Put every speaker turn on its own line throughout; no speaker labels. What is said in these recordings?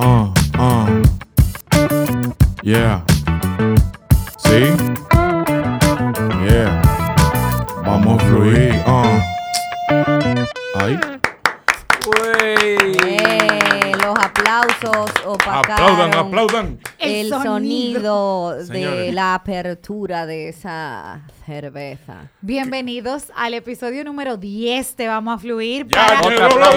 Uh, uh. Yeah. See? Yeah. Vamos a fluir. Uh. Ahí.
Eh, los aplausos opacaron
Aplaudan, aplaudan.
el
El
sonido,
sonido.
de
Señores.
la apertura de esa cerveza.
Bienvenidos al episodio número 10 de Vamos a Fluir.
Ya,
para
llegó, bravo, bravo.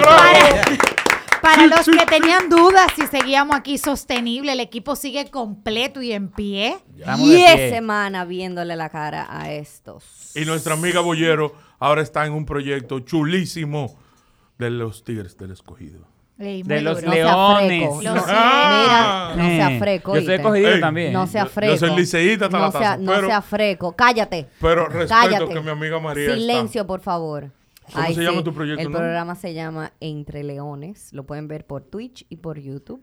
para los que tenían dudas si seguíamos aquí sostenible, el equipo sigue completo y en pie.
Estamos de
Diez
pie.
semanas viéndole la cara a estos.
Y nuestra amiga Bollero ahora está en un proyecto chulísimo de los Tigres del Escogido.
Ey, muy
De los
duro.
sea freco.
leones.
Los-
Mira, no sea
Eh,
freco.
Yo soy
¿oíste?
escogido
Ey,
también.
No sea
Yo- yo
freco.
soy liceísta,
no
talatazo,
sea, no
pero-
sea freco. Cállate.
Pero respeto
Cállate.
que mi amiga María está.
Silencio, por favor.
¿Cómo se llama tu proyecto,
El
no?
programa se llama Entre Leones. Lo pueden ver por Twitch y por YouTube.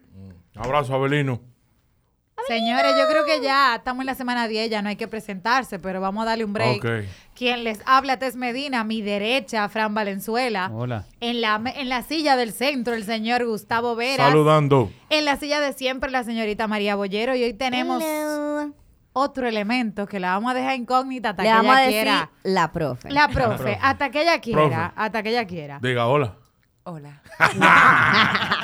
Abrazo, Abelino.
Señores, yo creo que ya estamos en la semana 10, ya no hay que presentarse, pero vamos a darle un break.
Ok.
Quien les habla, Tess Medina, a mi derecha, Fran Valenzuela.
Hola.
En la, me- en la silla del centro, el señor Gustavo Vera.
Saludando.
En la silla de siempre, la señorita María Bollero. Y hoy tenemos
Hello.
otro elemento que la vamos a dejar incógnita hasta
Le
que
vamos a
ella
decir
quiera.
la profe.
La profe, hasta que ella quiera,
Profe.
hasta que ella quiera.
Diga hola.
Hola.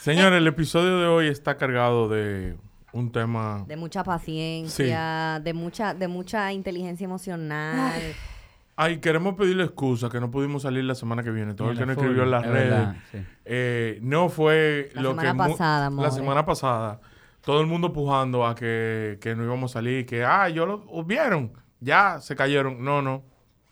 Señores, el episodio de hoy está cargado de un tema
De mucha paciencia, de mucha, de mucha inteligencia emocional.
Ay, queremos pedirle excusa que no pudimos salir la semana que viene. Todo el
Ni
que
la
no escribió en
forma,
las
es
redes.
verdad, sí.
Eh, no fue
La
lo
semana
que. mu-
pasada,
La
amores.
semana pasada. Todo el mundo pujando a que, que no íbamos a salir. Que, ah, yo lo os vieron. Ya se cayeron. No, no.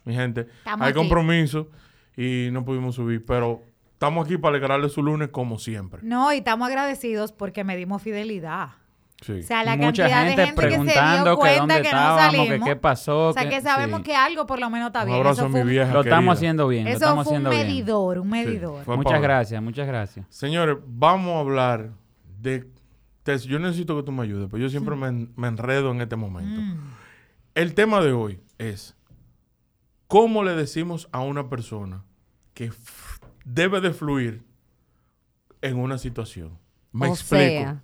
Mi gente.
Estamos
hay
aquí.
compromiso y no pudimos subir. Pero estamos aquí para alegrarle su lunes como siempre.
No, y estamos agradecidos porque medimos fidelidad.
Sí.
O sea, la
Mucha
cantidad
gente
de gente que se dio
preguntando que
cuenta
dónde
que, no
estábamos, que
salimos.
qué pasó,
O sea,
que-
que sabemos
sí.
que algo por lo menos está
un
bien.
abrazo a
eso
mi
fue un,
vieja.
Lo estamos
querida.
haciendo bien. Lo
eso
estamos
fue un
haciendo bien.
medidor, un medidor.
fue-
Muchas
Pablo.
gracias, muchas gracias.
Señores, vamos a hablar de... Tess, yo necesito que tú me ayudes, pero yo siempre me, en- me enredo en este momento.
Mm.
El tema de hoy es cómo le decimos a una persona que f- debe de fluir en una situación. Me
o
explico.
sea,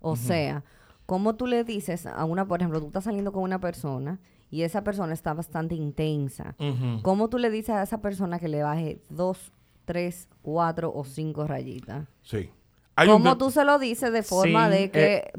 o sea, ¿cómo tú le dices a una, por ejemplo, tú estás saliendo con una persona y esa persona está bastante intensa?
Ujú.
¿Cómo tú le dices a esa persona que le baje dos, tres, cuatro o cinco rayitas?
Sí. Hay un
¿Cómo
te-
tú se lo dices de forma
Sin,
de que...
eh,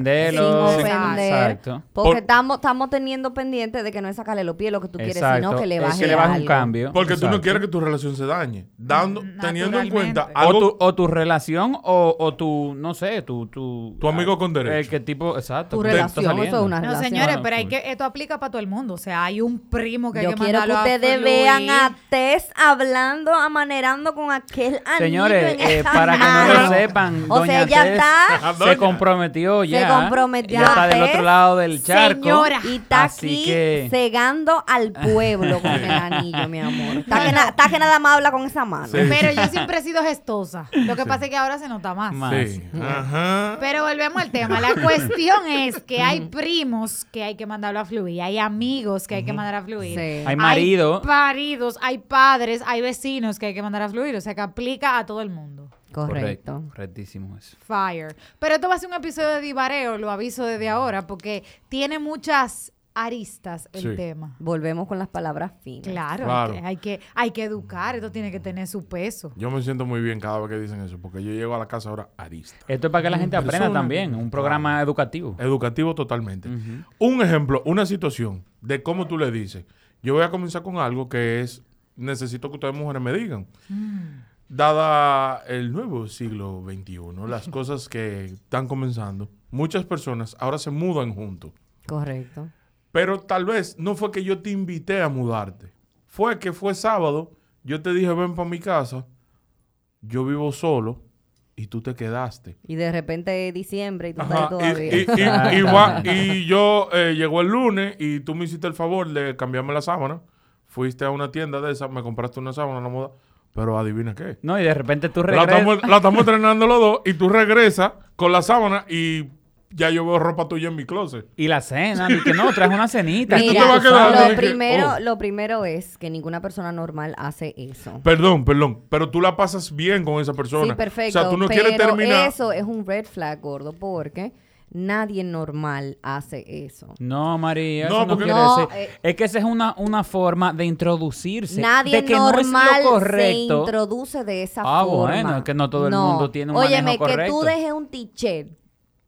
ofenderlo.
Sin ofender.
Exacto.
Por-
Porque estamos estamos teniendo pendiente de que no es sacarle los pies lo que tú quieres, sino que le
Es
baje,
Eh, que le baje un
algo.
cambio.
Porque tú no
exacto.
quieres que tu relación se dañe. Dando,
Mm,
teniendo en cuenta
naturalmente.
algo...
O tu, o tu relación o, o tu, no sé, tu... Tu,
Tu amigo con derecho.
El que tipo, exacto.
Tu
que está
relación, eso
saliendo.
es una
No,
relación.
señores,
Ah,
pero hay
full.
que, esto aplica para todo el mundo. O sea, hay un primo que hay
Yo
que
quiero que
mandarlo a
ustedes
fluir.
vean a Tess hablando, amanerando con aquel anillo
Señores,
en
eh,
esa
para que no
mano.
lo sepan,
O
doña
sea, ella
Tess
está
Ah, Doña.
se comprometió ya.
comprometió.
Ya está del
Tess,
otro lado del charco.
señora.
y está
Así
aquí
que-
cegando al pueblo con el anillo, mi amor. Está que, na- está que nada más habla con esa mano.
Sí.
Pero yo siempre he sido gestosa. Lo que pasa es que ahora se nota más.
Más.
Sí. Ajá.
Pero volvemos al tema. La cuestión es que hay primos que hay que mandarlo a fluir, hay amigos que hay que mandar a fluir.
Sí.
Hay marido.
Hay maridos, hay padres, hay vecinos que hay que mandar a fluir. O sea, que aplica a todo el mundo.
Correcto.
Correctísimo eso.
Fire. Pero esto va a ser un episodio de divareo, lo aviso desde ahora, porque tiene muchas aristas el
Sí.
tema.
Volvemos con las palabras finas.
Claro,
Claro.
Hay, que, hay, que, hay que educar, esto tiene que tener su peso.
Yo me siento muy bien cada vez que dicen eso, porque yo llego a la casa ahora arista.
Esto es para que la gente aprenda
Persona.
también, un programa educativo.
Educativo totalmente. Un ejemplo, una situación de cómo tú le dices. Yo voy a comenzar con algo que es, necesito que ustedes mujeres me digan. Dada el nuevo siglo XXI, las cosas que están comenzando, muchas personas ahora se mudan juntos.
Correcto.
Pero tal vez no fue que yo te invité a mudarte. Fue que fue sábado, yo te dije ven para mi casa, yo vivo solo y tú te quedaste.
Y de repente es diciembre y tú estás
Ajá,
ahí todavía.
y, y- y- y va- y yo eh, llegó el lunes y tú me hiciste el favor de cambiarme la sábana. Fuiste a una tienda de esas, me compraste una sábana, una moda. Pero adivina qué.
No, y de repente tú
La
regresas.
estamos, la estamos entrenando los dos y tú regresas con la sábana y ya yo veo ropa tuya en mi closet.
Y la cena, y que no, traes una cenita.
tú
Mira,
te vas a quedar de
lo,
que,
primero,
oh.
lo primero es que ninguna persona normal hace eso.
Perdón, perdón. Pero tú la pasas bien con esa persona.
Sí, perfecto.
O sea, tú no
pero
quieres terminar.
Eso es un red flag, gordo, porque nadie normal hace eso.
No, María,
No,
eso no,
porque-
quiere
No,
decir.
eh.
es que esa es una, una forma de introducirse.
Nadie
de que no
normal
es lo
se
correcto.
introduce de esa
Ah,
forma.
bueno, es que no todo el mundo tiene un
Óyeme,
manejo
que tú
correcto.
dejes un t-shirt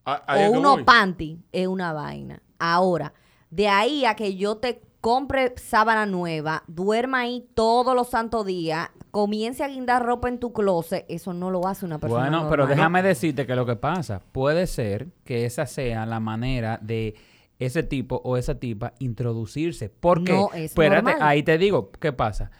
A- ahí es
o
que
uno
voy.
panty es una vaina. Ahora, de ahí a que yo te compre sábana nueva, duerma ahí todos los santos días, comience a guindar ropa en tu closet, eso no lo hace una persona
Bueno, pero
normal.
déjame decirte que lo que pasa, puede ser que esa sea la manera de ese tipo o esa tipa introducirse. Porque,
No es
espérate,
normal.
ahí te digo, ¿qué pasa?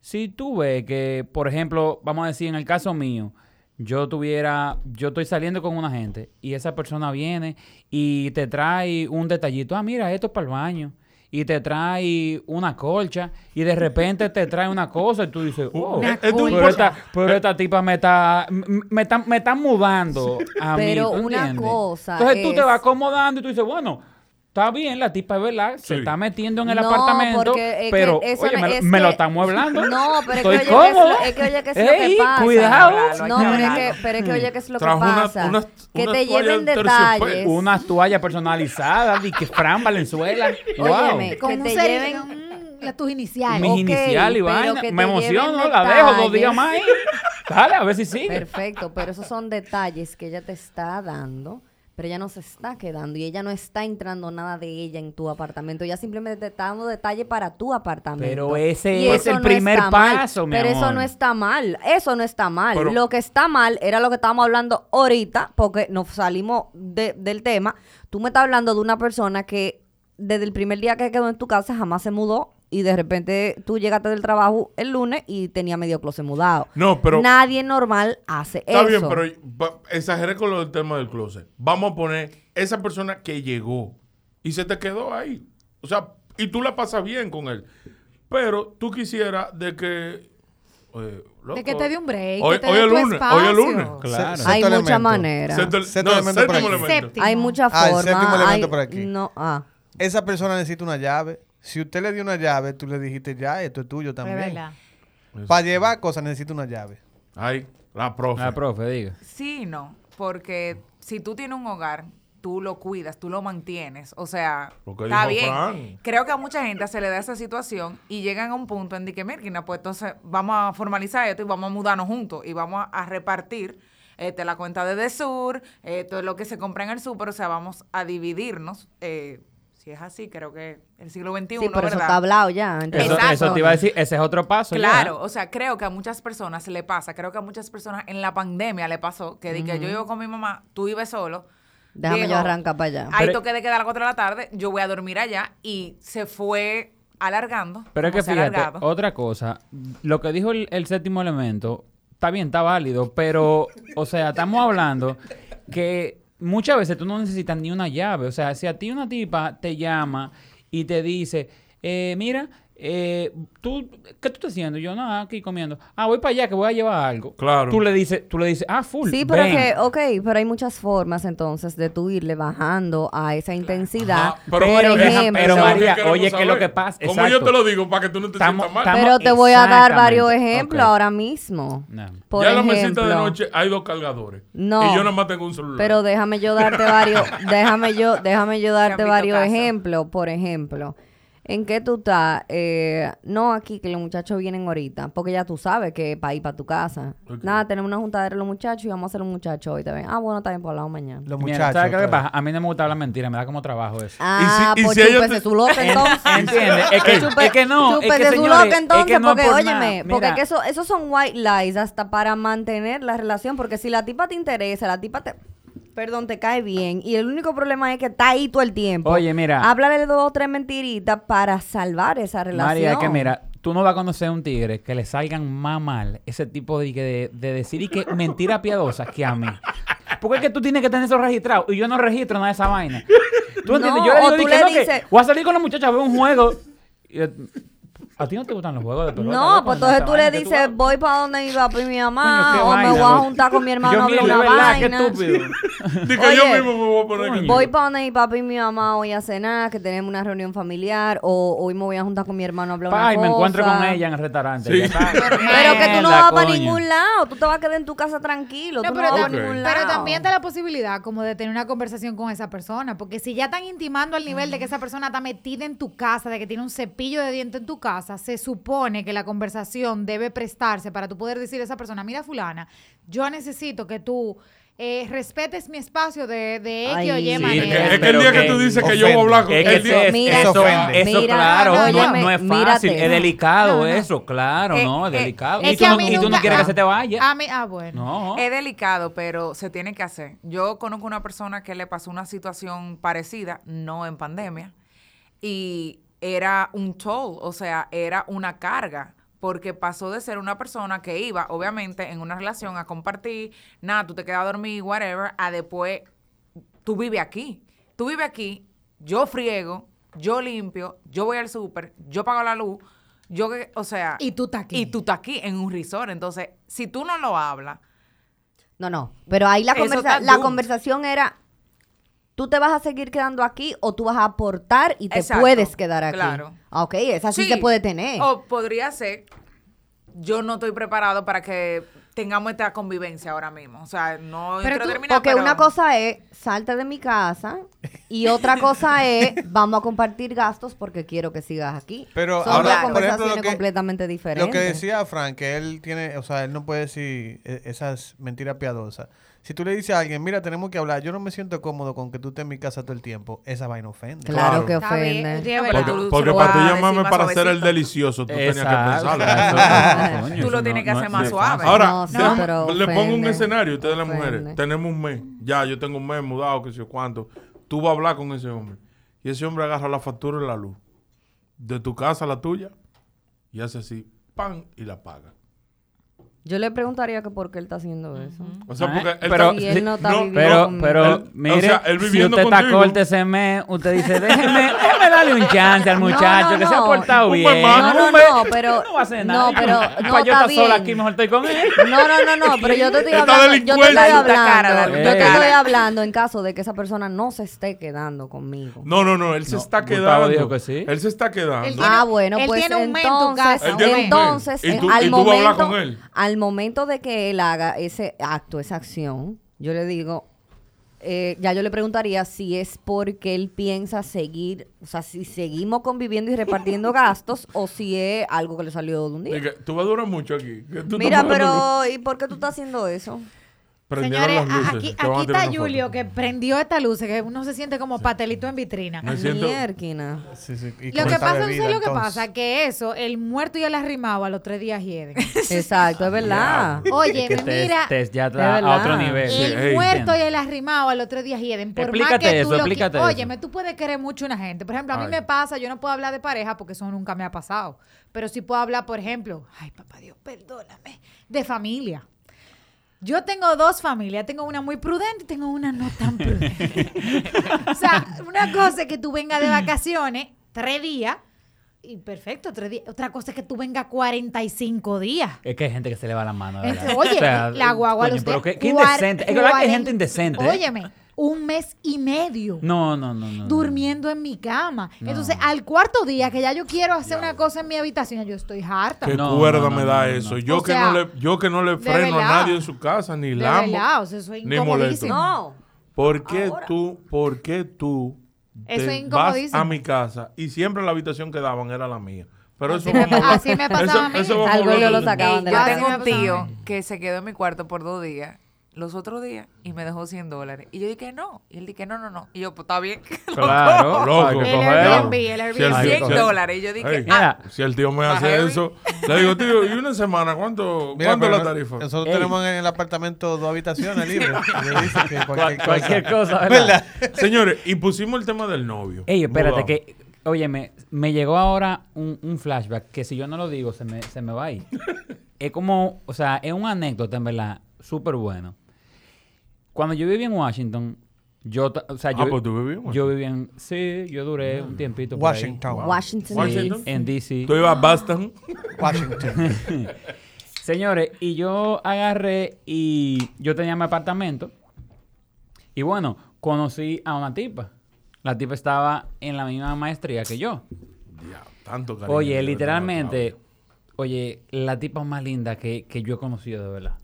Si tú ves que, por ejemplo, vamos a decir, en el caso mío, yo tuviera, yo estoy saliendo con una gente y esa persona viene y te trae un detallito, ah, mira, esto es para el baño. Y te trae una colcha y de repente te trae una cosa y tú dices, oh,
Eh, eh, tú-
pero esta, pero esta tipa me está, m- me está, me está mudando a mí.
Pero
¿tú
una
entiendes?
cosa
Entonces tú te
es-
vas acomodando y tú dices, bueno, está bien, la tipa es verdad, se
Sí.
está metiendo en el
No,
apartamento,
porque es
pero
que eso
oye,
no-
me, lo-
es
me lo
que-
están mueblando.
No, pero es que
Estoy
oye, que
cómodo.
es lo- es que oye que es lo que
Ey,
pasa.
cuidado.
No, pero es que, pero es que oye que es lo que
Trajo una-
pasa.
unas-
que
unas
te
toallas
lleven
de terciopelo.
detalles.
Unas toallas personalizadas y que Fran Valenzuela. wow.
Óyeme,
Con
Que
un
te
ceri-
lleven-
con un- la- tus iniciales.
Mis
Ok,
iniciales y
pero
vaina.
que te
Me emociono,
lleven
la dejo dos
detalles.
días más ahí. Dale, a ver si sigue.
Perfecto, pero esos son detalles que ella te está dando, pero ella no se está quedando y ella no está entrando nada de ella en tu apartamento. Ella simplemente te está dando detalle para tu apartamento.
Pero ese
Y
es
eso
el
no
primer
está mal,
paso, mi
Pero eso
amor.
no está mal, eso no está mal.
Pero-
lo que está mal era lo que estábamos hablando ahorita, porque nos salimos de- del tema. Tú me estás hablando de una persona que desde el primer día que quedó en tu casa jamás se mudó. Y de repente tú llegaste del trabajo el lunes y tenía medio closet mudado.
No, pero-
Nadie normal hace
Está
eso.
bien, pero va- exageré con lo del tema del closet. Vamos a poner esa persona que llegó y se te quedó ahí. O sea, y tú la pasas bien con él. Pero tú quisieras de que... eh, loco,
De que te dé un break,
Hoy,
que te
hoy
dé
es
tu
lunes, hoy
espacio.
es lunes.
Claro.
Hay
Sexto
mucha
elemento.
manera.
Sexto-
Séptimo
no,
elemento por
séptimo
aquí.
elemento.
Séptimo.
Hay mucha
Ah, el
forma.
séptimo elemento
hay-
por aquí.
No, ah.
Esa persona necesita una llave. Si usted le dio una llave, tú le dijiste ya, esto es tuyo
Es
también.
verdad.
Para llevar cosas necesita una llave.
Ay, la profe.
Ah, profe, diga.
Sí, y no, porque si tú tienes un hogar, tú lo cuidas, tú lo mantienes, o sea,
Lo que
está
dijo
bien.
Fran.
Creo que a mucha gente se le da esa situación y llegan a un punto en de que, mira, pues entonces vamos a formalizar esto y vamos a mudarnos juntos y vamos a, a repartir este, la cuenta de Sur, todo lo que se compra en el súper, o sea, vamos a dividirnos. eh, si es así, creo que el siglo XXI,
Sí, pero eso
¿verdad?
está hablado ya. entre
Eso,
Exacto.
eso te iba a decir, ese es otro paso. ya.
Claro, o sea, creo que a muchas personas le pasa, creo que a muchas personas en la pandemia le pasó que, di que yo vivo con mi mamá, tú vives solo.
Déjame
dijo,
yo arrancar para allá.
Hay
Pero-
toque de quedar a las 4 de la tarde, yo voy a dormir allá y se fue alargando.
Pero es
como
que
se ha
fíjate,
alargado.
otra cosa, lo que dijo el, el séptimo elemento, está bien, está válido, pero, o sea, estamos hablando que muchas veces tú no necesitas ni una llave. O sea, si a ti una tipa te llama y te dice, eh, mira, eh, ¿tú, ¿qué tú estás haciendo? Yo, nada, aquí comiendo. Ah, voy para allá que voy a llevar algo.
Claro.
Tú le dices, tú le dices, ah, full,
Sí, pero
ven.
que, ok, pero hay muchas formas entonces de tú irle bajando a esa intensidad.
Ajá, Ah, pero-
por
pero-
ejemplo,
pero,
Eso es lo
María,
queremos
oye, que lo
saber.
que pasa-
Como yo
exacto.
te lo digo, para que tú no te
Estamos-
sientas mal.
estamos-
pero te voy a dar
Exactamente.
varios ejemplos
Ok.
ahora mismo.
No.
Por
ya en la mesita
ejemplo,
de noche hay dos cargadores.
No.
Y yo nada más tengo un celular.
Pero déjame yo darte varios, déjame yo, déjame yo darte
visto
varios
casos.
ejemplos, por ejemplo. ¿En qué tú estás? Eh, no aquí, que los muchachos vienen ahorita, porque ya tú sabes que para ir para tu casa.
Ok.
Nada, tenemos una junta de los muchachos y vamos a hacer un muchacho hoy también. Ah, bueno, está bien, por hablado mañana.
Los
Mira, ¿sabes
muchachos.
qué es lo que
claro.
pasa? A mí no me gusta hablar mentira, me da como trabajo eso.
Ah,
si- y
pues
si ellos
chúpese
te-
su lote entonces.
¿Entiendes? Es que,
Chupe-
es que no. Es que,
chúpese su
señores,
lote
es
entonces,
que no es
porque
por
óyeme,
nada.
porque
Mira,
es que eso, esos son white lies hasta para mantener la relación, porque si la tipa te interesa, la tipa te, perdón, te cae bien, y el único problema es que está ahí todo el tiempo.
Oye, mira.
Háblale dos o tres mentiritas para salvar esa relación.
María, es que mira, tú no vas a conocer a un tigre que le salgan más mal ese tipo de, de, de decir y que mentira piadosa que a mí. Porque es que tú tienes que tener eso registrado y yo no registro nada de esa vaina. ¿Tú entiendes?
No,
yo le digo,
o tú
di que
le
no, que
dices-
voy a salir con los muchachos a ver un juego. Y, eh, ¿A ti no te gustan los juegos de pelota?
No,
loco?
pues
Nada
entonces
de esa
tú le
vaina que
dices,
vas-
voy para donde mi papá y mi mamá,
Coño, qué
o
vaina,
me voy a
loco.
juntar con mi hermano
Yo
a hablar
mismo,
una
de verdad, qué
vaina.
estúpido.
Dice que yo
Oye,
mismo me voy a poner que-
Voy para donde mi papá y mi mamá hoy a cenar, que tenemos una reunión familiar, o hoy me voy a juntar con mi hermano a hablar una
Ay, me encuentro
cosa.
con ella en el restaurante.
Sí.
ya está.
Pero que tú no
Mierda,
vas para
coño.
ningún lado, tú te vas a quedar en tu casa tranquilo,
No,
tú no
pero,
vas
tam-
Ok.
para ningún lado.
pero también está la posibilidad como de tener una conversación con esa persona, porque si ya están intimando al nivel de que esa persona está metida en tu casa, de que tiene un cepillo de dientes en tu casa, se supone que la conversación debe prestarse para tú poder decir a esa persona, mira fulana, yo necesito que tú eh, respetes mi espacio de, de X o Y
Ay. Sí,
Es que,
manera.
es que el
Pero
día que
que
tú dices que yo voy a hablar con
Es que
el día-
eso,
Mira,
eso,
ofende.
eso,
mira,
claro,
no,
no,
óyeme,
no es fácil,
mírate.
es delicado
No, no.
eso, claro,
Eh,
no, es
eh,
delicado.
es
y, tú
que a
no,
mí
y tú no
nunca-
quieres que
ah,
se te vaya.
A mí, ah, bueno.
No.
Es delicado, pero se tiene que hacer. Yo conozco una persona que le pasó una situación parecida, no en pandemia, y era un toll, o sea, era una carga, porque pasó de ser una persona que iba, obviamente, en una relación a compartir, nada, tú te quedas a dormir, whatever, a después tú vives aquí. Tú vives aquí, yo friego, yo limpio, yo voy al súper, yo pago la luz, yo, que- o sea...
Y tú estás aquí.
Y tú estás aquí en un resort. Entonces, si tú no lo hablas,
No, no, pero ahí la,
Eso
conversa-
está
la
duro.
conversación era, tú te vas a seguir quedando aquí o tú vas a aportar y te
Exacto,
puedes quedar aquí.
claro. Oh,
Ah, Ok, esa sí, se puede tener.
O podría ser, yo no estoy preparado para que tengamos esta convivencia ahora mismo. O sea, no
Pero
entro a
tú-
terminar,
Porque
pero-
una cosa es, salte de mi casa y otra cosa es, vamos a compartir gastos porque quiero que sigas aquí.
Pero
Son
ahora,
dos
por
conversaciones
ejemplo, lo que-
completamente diferentes.
Lo que decía Frank, que él tiene, o sea, él no puede decir eh, esas mentiras piadosas. Si tú le dices a alguien, mira, tenemos que hablar, yo no me siento cómodo con que tú estés en mi casa todo el tiempo, esa vaina ofende.
Claro,
Claro.
que
Está bien,
ofende.
es verdad.
Porque,
Tú
porque
se lo
para tú
vas a decir
llamarme
más
para hacer el
suavecito.
delicito, tú tenías que
Exacto,
pensarlo.
coño,
Tú
eso
lo tienes que hacer más
es
suave.
fácil.
Ahora,
No, sí,
déjame-
pero
le pongo un
ofende.
escenario a ustedes las
Ofende.
mujeres. Tenemos un mes. Ya, yo tengo un mes mudado, que sé yo cuánto. Tú vas a hablar con ese hombre. Y ese hombre agarra la factura y la luz. De tu casa a la tuya. Y hace así, pan, y la paga.
Yo le preguntaría que por qué él está haciendo eso.
O sea,
Ah,
porque él
pero-
está-
Y él no está
No,
viviendo
Pero,
conmigo.
pero,
Él- mm, o
mire,
sea, él
si
viviendo
usted está
contigo.
corte ese mes, usted dice, déjeme, déjeme darle un chance al muchacho que se ha
no.
portado
Un
bien.
buen man.
No, no,
Un buen-
no, pero-
No va a hacer
no,
nada.
pero-
Pa'
no,
yo
está
estar sola
bien.
aquí, mejor estoy con él.
No, no, no, no, pero yo te estoy
Está
hablando, yo te
delincuente.
estoy
La luta cara, la
hablando, yo
luta
te
cara.
estoy hablando en caso de que esa persona no se esté quedando conmigo.
No, no, no, él se
No,
está
Gustavo
quedando.
dijo que sí.
Él se está quedando.
Él
Ah,
tiene-
bueno,
él
pues
tiene un mes en tu
entonces,
casa,
Él tiene un mes.
entonces
¿Y tú-
eh,
y
al
tú vas a hablar
momento,
con él?
al momento de que él haga ese acto, esa acción, yo le digo, eh, ya yo le preguntaría si es porque él piensa seguir, o sea, si seguimos conviviendo y repartiendo gastos o si es algo que le salió de un día.
Dije, tú vas a durar mucho aquí. que tú estás
Mira,
pagando luz.
pero ¿y por qué tú estás haciendo eso?
Prendieron
Señores,
las luces,
a- aquí,
te van a
aquí
tirar
está
una
Julio
foto.
que prendió esta luz, que uno se siente como patelito en vitrina.
Me siento.
Mierquina.
Sí, sí, y
Lo que
con esa
pasa, ¿tú
bebida,
sabes lo que
entonces.
pasa? Que eso, el muerto y el arrimado a los tres días hieden.
Exacto, es verdad.
Oye,
Que te,
mira,
te- ya
de
está a
verdad.
otro
el
nivel.
Sí, hey.
muerto y el arrimado a los tres días hieden. Por más
Explícate
que
eso,
tú lo
explícate
qui-
eso.
Óyeme, tú puedes querer mucho a una gente. Por ejemplo, a mí
Ay.
me pasa, yo no puedo hablar de pareja porque eso nunca me ha pasado. Pero sí puedo hablar, por ejemplo, ay, papá Dios, perdóname, de familia. Yo tengo dos familias, tengo una muy prudente y tengo una no tan prudente. o sea, una cosa es que tú vengas de vacaciones tres días Y perfecto, tres días. Otra cosa es que tú vengas 45 días.
Es que hay gente que se le va la mano, de
Es-
verdad.
Este, Oye,
O sea,
la guagua
coño,
los
pero
de-
qué, qué
cuar-
indecente. Es verdad que hay gente
cuaren-
indecente. ¿eh?
Óyeme, un mes y medio.
No, no, no, no, no.
Durmiendo en mi cama.
No.
Entonces, al cuarto día que ya yo quiero hacer una cosa en mi habitación, ya yo estoy harta.
Qué
No,
cuerda
no, no,
me da
no, no,
eso.
no.
Yo,
O
que
sea,
no le, yo que no le
de
freno a
verdad.
nadad en su casa, ni
De
lambo.
verdad, o sea, eso es
ni molesto.
incomodísimo.
No.
¿Por qué
Ahora.
tú, por qué tú
Eso
te
es
vas
incomodísimo.
a mi casa y siempre la habitación que daban era la mía? Pero eso
Así
vamos
me
a
pa-
hablar-
así me pasaba a mí.
vamos a
Algo
hablar
yo lo
otro día.
sacaban de
Yo
la
Ah, sí
tengo
me
un
pasaba.
tío que se quedó en mi cuarto por dos días, los otros días, y me dejó 100 dólares. Y yo dije no. Y él dije no, no, no. Y yo, pues está bien.
Claro,
Loco.
hay que
El
cogerlo.
Airbnb, el Airbnb.
Si el
Ay,
100
coge-
dólares. Y yo dije,
Ey,
ah,
Mira,
Si el tío me
Baja,
hace
¿eh?
eso, le digo, tío, ¿y una semana? ¿Cuánto,
Mira,
¿cuánto
pero
la
no-
tarifa?
Nosotros
Ey.
tenemos en el apartamento dos habitaciones libres. Y le dice que cualquier cosa.
cualquier cosa, ¿verdad?
¿Verdad?
Señores, y pusimos el tema del novio.
Ey, espérate,
Mudado.
que. Oye, me, me llegó ahora un, un flashback que si yo no lo digo, se me, se me va a ir. es como, o sea, es una anécdota, en verdad, súper bueno. Cuando yo vivía en Washington, yo, ta- o sea,
Ah,
yo,
pues tú vivías en Ah.
yo vivía en, sí, yo duré un tiempito por ahí.
Washington.
Washington.
Washington.
en DC.
Tú ibas a Boston.
Washington.
Señores, y yo agarré y yo tenía mi apartamento. Y bueno, conocí a una tipa. La tipa estaba en la misma maestría que yo.
Ya, tanto cariño. que
Oye,
le tengo a
literalmente,
Claudio.
oye, la tipa más linda que, que yo he conocido, de verdad.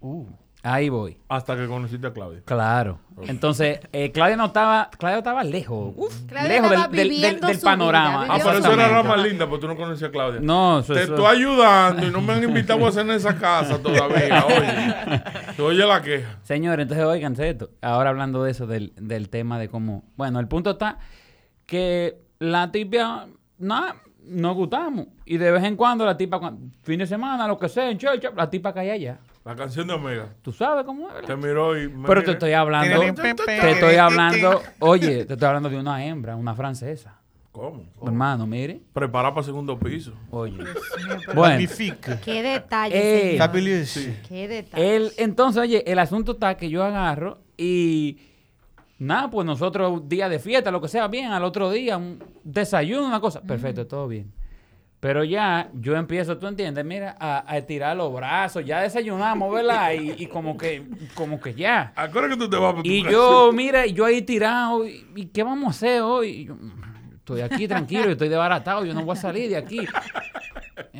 Uh.
Ahí voy.
Hasta que conociste a Claudia.
Claro. Entonces, eh, Claudia no estaba, Claudia estaba lejos. Uf,
Claudia
lejos
estaba
del, del- del-
viviendo
del
su
panorama.
vida,
Ah, pero eso era la
absolutamente.
más linda, porque tú no conocías a Claudia.
No, eso,
Te
eso-
estoy ayudando y no me han invitado a cenar en esa casa todavía. Oye, Tú oye la queja.
Señores, entonces oigan esto. Ahora hablando de eso, del, del tema de cómo. Bueno, el punto está que la tipa, nada, nos gustamos. Y de vez en cuando la tipa, cuan- fin de semana, lo que sea, en church, la tipa caía allá.
La canción de Omega.
Tú sabes cómo es.
Te
¿verdad?
miró y. me
Pero te
miré.
estoy hablando. Te estoy hablando. Oye, te estoy hablando de una hembra, una francesa.
¿Cómo?
Hermano, mire.
Prepara para segundo piso.
Oye. Bueno.
Magnifique.
Qué detalle,
Ey.
señor.
Fabulous.
Qué detalle.
El, entonces, oye, el asunto está que yo agarro y nada, pues nosotros día de fiesta, lo que sea, bien, al otro día, un desayuno, una cosa, perfecto, todo bien. Pero ya yo empiezo, tú entiendes, mira, a, a estirar los brazos, ya desayunamos, ¿verdad? Y, y como que, como que ya.
Acuérdate que tú te vas para tu
Y
casa.
yo, mira, y yo ahí tirado, ¿y y qué vamos a hacer hoy? Y yo, mm, estoy aquí tranquilo, yo estoy desbaratado, yo no voy a salir de aquí.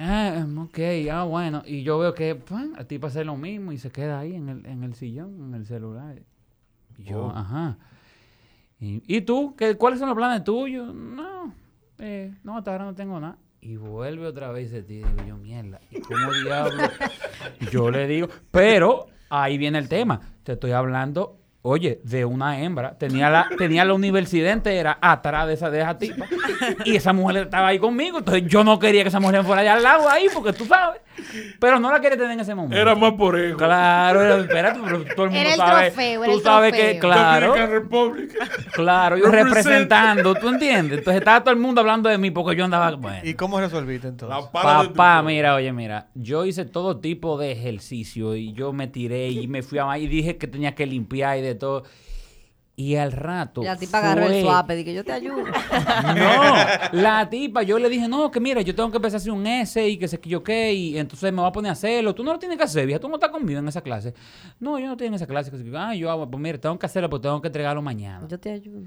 Ah, mm, ok, ah, bueno. Y yo veo que pues, pan, la tipa hace lo mismo y se queda ahí en el, en el sillón, en el celular. Y yo,
Oh.
ajá. ¿Y, y tú? ¿Qué, ¿Cuáles son los planes tuyos? No, eh, no, hasta ahora no tengo nada. Y vuelve otra vez de ti. Digo yo, mierda. ¿Y cómo diablo? yo le digo, pero ahí viene el tema. Te estoy hablando, oye, de una hembra. Tenía la, tenía la universidad entera atrás de esa, de esa tipa. Y esa mujer estaba ahí conmigo. Entonces yo no quería que esa mujer fuera allá al lado ahí, porque tú sabes. Pero no la quería tener en ese momento.
Era más por eso.
Claro, era- espérate, pero todo el mundo
Era el
sabe.
trofeo,
tú
era el
sabes que,
trofeo.
claro.
Dominican Republic.
Claro, yo
Represent.
representando, ¿tú entiendes? Entonces estaba todo el mundo hablando de mí porque yo andaba. Bueno.
¿Y cómo resolviste entonces?
La para de tu
Papá,
cuerpo.
mira, oye, mira, yo hice todo tipo de ejercicio y yo me tiré y me fui a bañar y dije que tenía que limpiar y de todo. Y al rato.
La tipa agarró
fue-
el swap, dije, yo te ayudo.
No, la tipa, yo le dije, no, que mira, yo tengo que empezar a hacer un S y que sé que yo qué, y entonces me va a poner a hacerlo. Tú no lo tienes que hacer, vieja, tú no estás conmigo en esa clase. No, yo no estoy en esa clase. que sé yo qué. Ah, yo hago, pues mira, tengo que hacerlo, pero tengo que entregarlo mañana.
Yo te ayudo.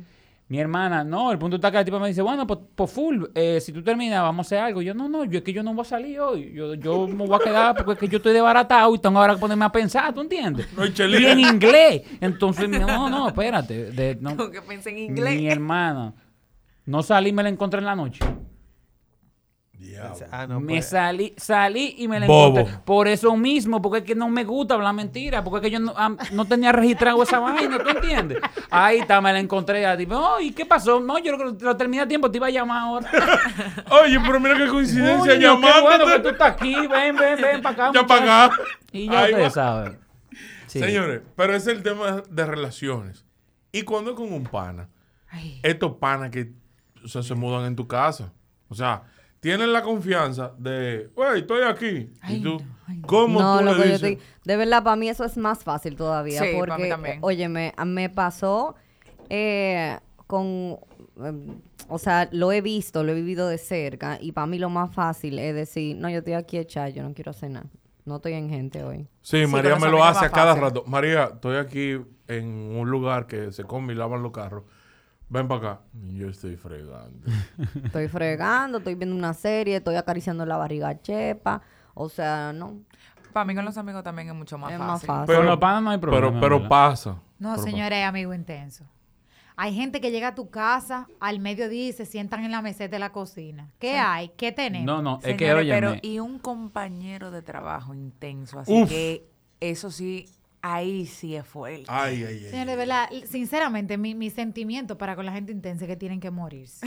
Mi hermana, no, el punto está que la tipa me dice, bueno, pues, pues full, eh, si tú terminas, vamos a hacer algo. Yo, no, no, yo es que yo no voy a salir hoy. Yo, yo me voy a quedar porque es que yo estoy desbaratado y tengo ahora que ponerme a pensar, ¿tú entiendes?
No hay
y
chelina.
en inglés. Entonces, mi- no, no, espérate. de- no.
como que pensé en
Mi
inglés.
hermana, no salí, me la encontré en la noche.
Diablo.
Ah, no,
me
pues.
salí, salí y me la
Bobo.
encontré. Por eso mismo, porque es que no me gusta hablar mentira, porque es que yo no, am- no tenía registrado esa vaina, ¿tú entiendes? Ahí está, me la encontré. Ya, tipo, oh, ¿y qué pasó? No, yo creo que lo terminé a tiempo, te iba a llamar ahora.
Oye, pero mira qué coincidencia
Coño, qué bueno que tú
llamándote.
estás aquí, ven, ven, ven para acá.
Ya
muchacho.
para acá.
Y ya
Ahí va.
ustedes saben. Sí.
Señores, pero es el tema de relaciones. Y cuando es con un pana,
Ay,
estos panas que o sea, se mudan en tu casa. O sea, tienen la confianza de, güey, estoy aquí. y tú, ¿cómo tú
loco,
le
yo
dices?
te- de verdad, para mí eso es más fácil todavía. eh,
Sí, pa' mí
porque,
también.
óyeme, a- me pasó eh, con, em, o sea, lo he visto, lo he vivido de cerca y para mí lo más fácil es decir, no, yo estoy aquí echada, yo no quiero hacer nada. No estoy en gente hoy.
Sí,
Sí,
María
con los
me lo
amigos
hace a
más
cada
fácil.
rato. María, estoy aquí en un lugar que se come y lavan los carros. Ven para acá. Yo estoy fregando.
Estoy fregando, estoy viendo una serie, estoy acariciando la barriga chepa. O sea, no.
Para mí con los amigos también es mucho más
Es más
fácil.
fácil.
Con los panas no hay problema,
Pero, pero
¿verdad?
pasa.
No,
Pero
señores, hay amigo intenso. Hay gente que llega a tu casa al mediodía y se sientan en la meseta de la cocina. ¿Qué hay? ¿Qué tenemos?
No, no, es que
Señores, pero
óyeme.
y un compañero de trabajo intenso, así
Uf.
que eso sí, ahí sí es fuerte.
pasa. Ay, ay, ay.
Señores, de verdad, sinceramente, mi, mi sentimiento para con la gente intensa es que tienen que morirse.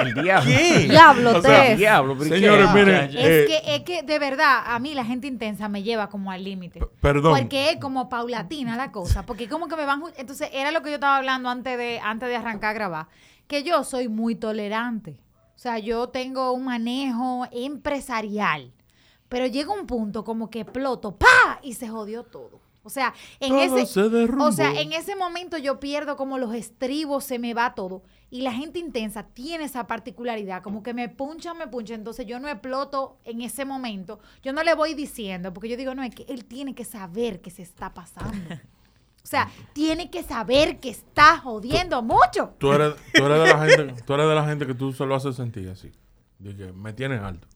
El diablo.
Diablo,
O sea,
Tess.
diablo, pero ¿y qué?
Señores,
Ah,
miren.
ya, ya.
eh,
es, que, es que, de verdad, a mí la gente intensa me lleva como al límite.
Perdón.
Porque es como paulatina la cosa, porque como que me van... ju- Entonces, era lo que yo estaba hablando antes de, antes de arrancar a grabar, que yo soy muy tolerante. O sea, yo tengo un manejo empresarial, pero llega un punto como que exploto, ¡pa! Y se jodió todo. O sea, en
Todo
ese...
se derrumbó.
O sea, en ese momento yo pierdo como los estribos, se me va todo. Y la gente intensa tiene esa particularidad, como que me puncha, me puncha. Entonces yo no exploto en ese momento. Yo no le voy diciendo, porque yo digo, no, es que él tiene que saber que se está pasando. O sea, tiene que saber que está jodiendo mucho.
Tú eres, tú, eres de la gente, tú eres de la gente que tú se lo haces sentir así. De que me tienen alto.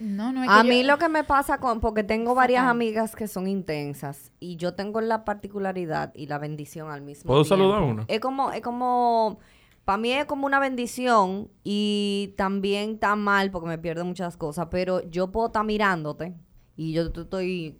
No, no es
A
que
mí
yo-
lo que me pasa con, porque tengo varias
Fatal.
amigas que son intensas y yo tengo la particularidad y la bendición al mismo
¿Puedo
tiempo.
saludar a una?
Es como, es como, para mí es como una bendición y también está mal porque me pierdo muchas cosas, pero yo puedo estar mirándote y yo te estoy,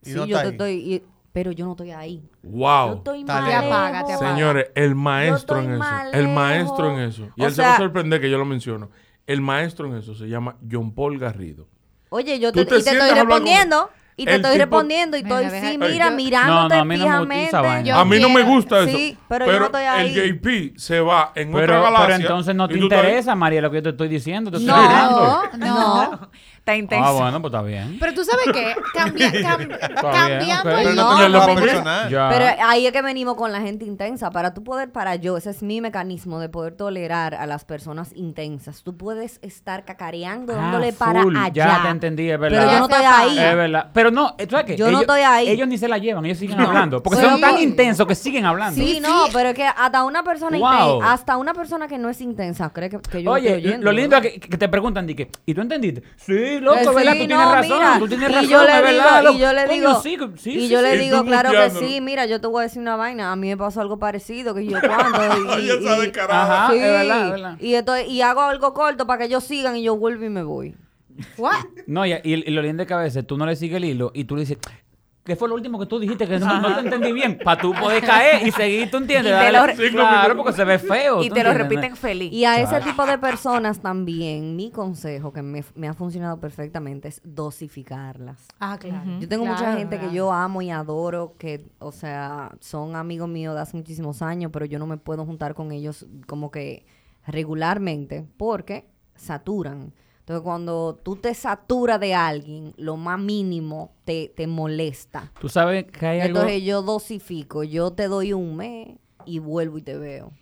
Y
sí,
no
yo
está
te
ahí.
estoy, y- pero yo no estoy ahí. Yo
¡Wow!
estoy
Está
mal.
lejos.
Te apaga, te apaga.
Señores, el maestro
Yo
en
estoy
eso.
mal
El
lejos.
maestro en eso. Y
O
él se va a
sea-
sorprender que yo lo menciono. El maestro en eso se llama John Paul Garrido.
Oye, yo
Tú
te,
te
y te
sientas
estoy
a hablar con-
respondiendo. Y te
El
estoy
tipo-
respondiendo y
Mira,
estoy,
deja-
sí,
Ey.
mira,
No, no,
mirándote
a mí no me gusta esa
fijamente.
vaina. Yo
a mí no me
quiero-
gusta eso.
sí, pero yo no estoy ahí.
el JP se va en
Pero,
otra
pero
galaxia.
entonces no
y
te
tú estás ahí.
interesa, María, lo que yo te estoy diciendo. Te estoy hablando.
No, no.
Está intenso.
Ah, bueno, pues está bien.
Pero tú sabes qué, Cambia- cam- cambiando
ok.
el
Pero no
No,
te llevas
no,
a
pero-
personal.
Ya.
Pero ahí es que venimos con la gente intensa. Para tú poder, para yo, ese es mi mecanismo de poder tolerar a las personas intensas. Tú puedes estar cacareando,
Ah,
dándole para
full.
allá.
Ya te entendí, es verdad.
Pero yo no estoy ahí.
Es verdad. Pero no, ¿tú sabes qué?
Yo no
ellos,
estoy ahí.
Ellos ni se la llevan, ellos siguen hablando. Porque
Pero
son tan
no.
intensos que siguen hablando.
Sí, no, pero es que hasta una persona inten-
Wow.
hasta una persona que no es intensa cree que, que yo
Oye,
no estoy oyendo,
lo lindo
¿verdad?
es que, que te preguntan, di que, ¿y tú entendiste? Sí, loco,
Eh,
¿verdad?
sí,
Tú tienes
no,
razón,
mira,
tú tienes
y
razón,
yo le
es
digo-
verdad.
Y yo le
loco.
digo,
Coño, sí, sí,
y
sí,
yo
sí,
le
sí. Y
digo,
tú
claro que
buqueándolo.
sí, mira, yo te voy a decir una vaina, a mí me pasó algo parecido, que yo cuando...
Ella
y- y-
está
y-
descarada.
Ajá,
sí,
es verdad, es verdad.
Y, estoy- y hago algo corto para que ellos sigan y yo vuelvo y me voy.
What?
No, y, y- y lo lindo es que a veces tú no le sigues el hilo y tú le dices, ¿qué fue lo último que tú dijiste? Que no, no te entendí bien. Para tú poder caer y seguir, ¿tú entiendes?
Y te
Dale,
lo re-
claro, porque se ve feo.
y
¿tú
te lo
entiendes?
repiten feliz.
Y a ese tipo de personas también, mi consejo que me, me ha funcionado perfectamente es dosificarlas.
Ah, claro.
Yo tengo mucha
Claro,
gente
claro.
que yo amo y adoro, que, o sea, son amigos míos de hace muchísimos años, pero yo no me puedo juntar con ellos como que regularmente porque saturan. Entonces, cuando tú te saturas de alguien, lo más mínimo te, te molesta.
Tú sabes que hay algo...
Entonces, yo dosifico. Yo te doy un mes y vuelvo y te veo.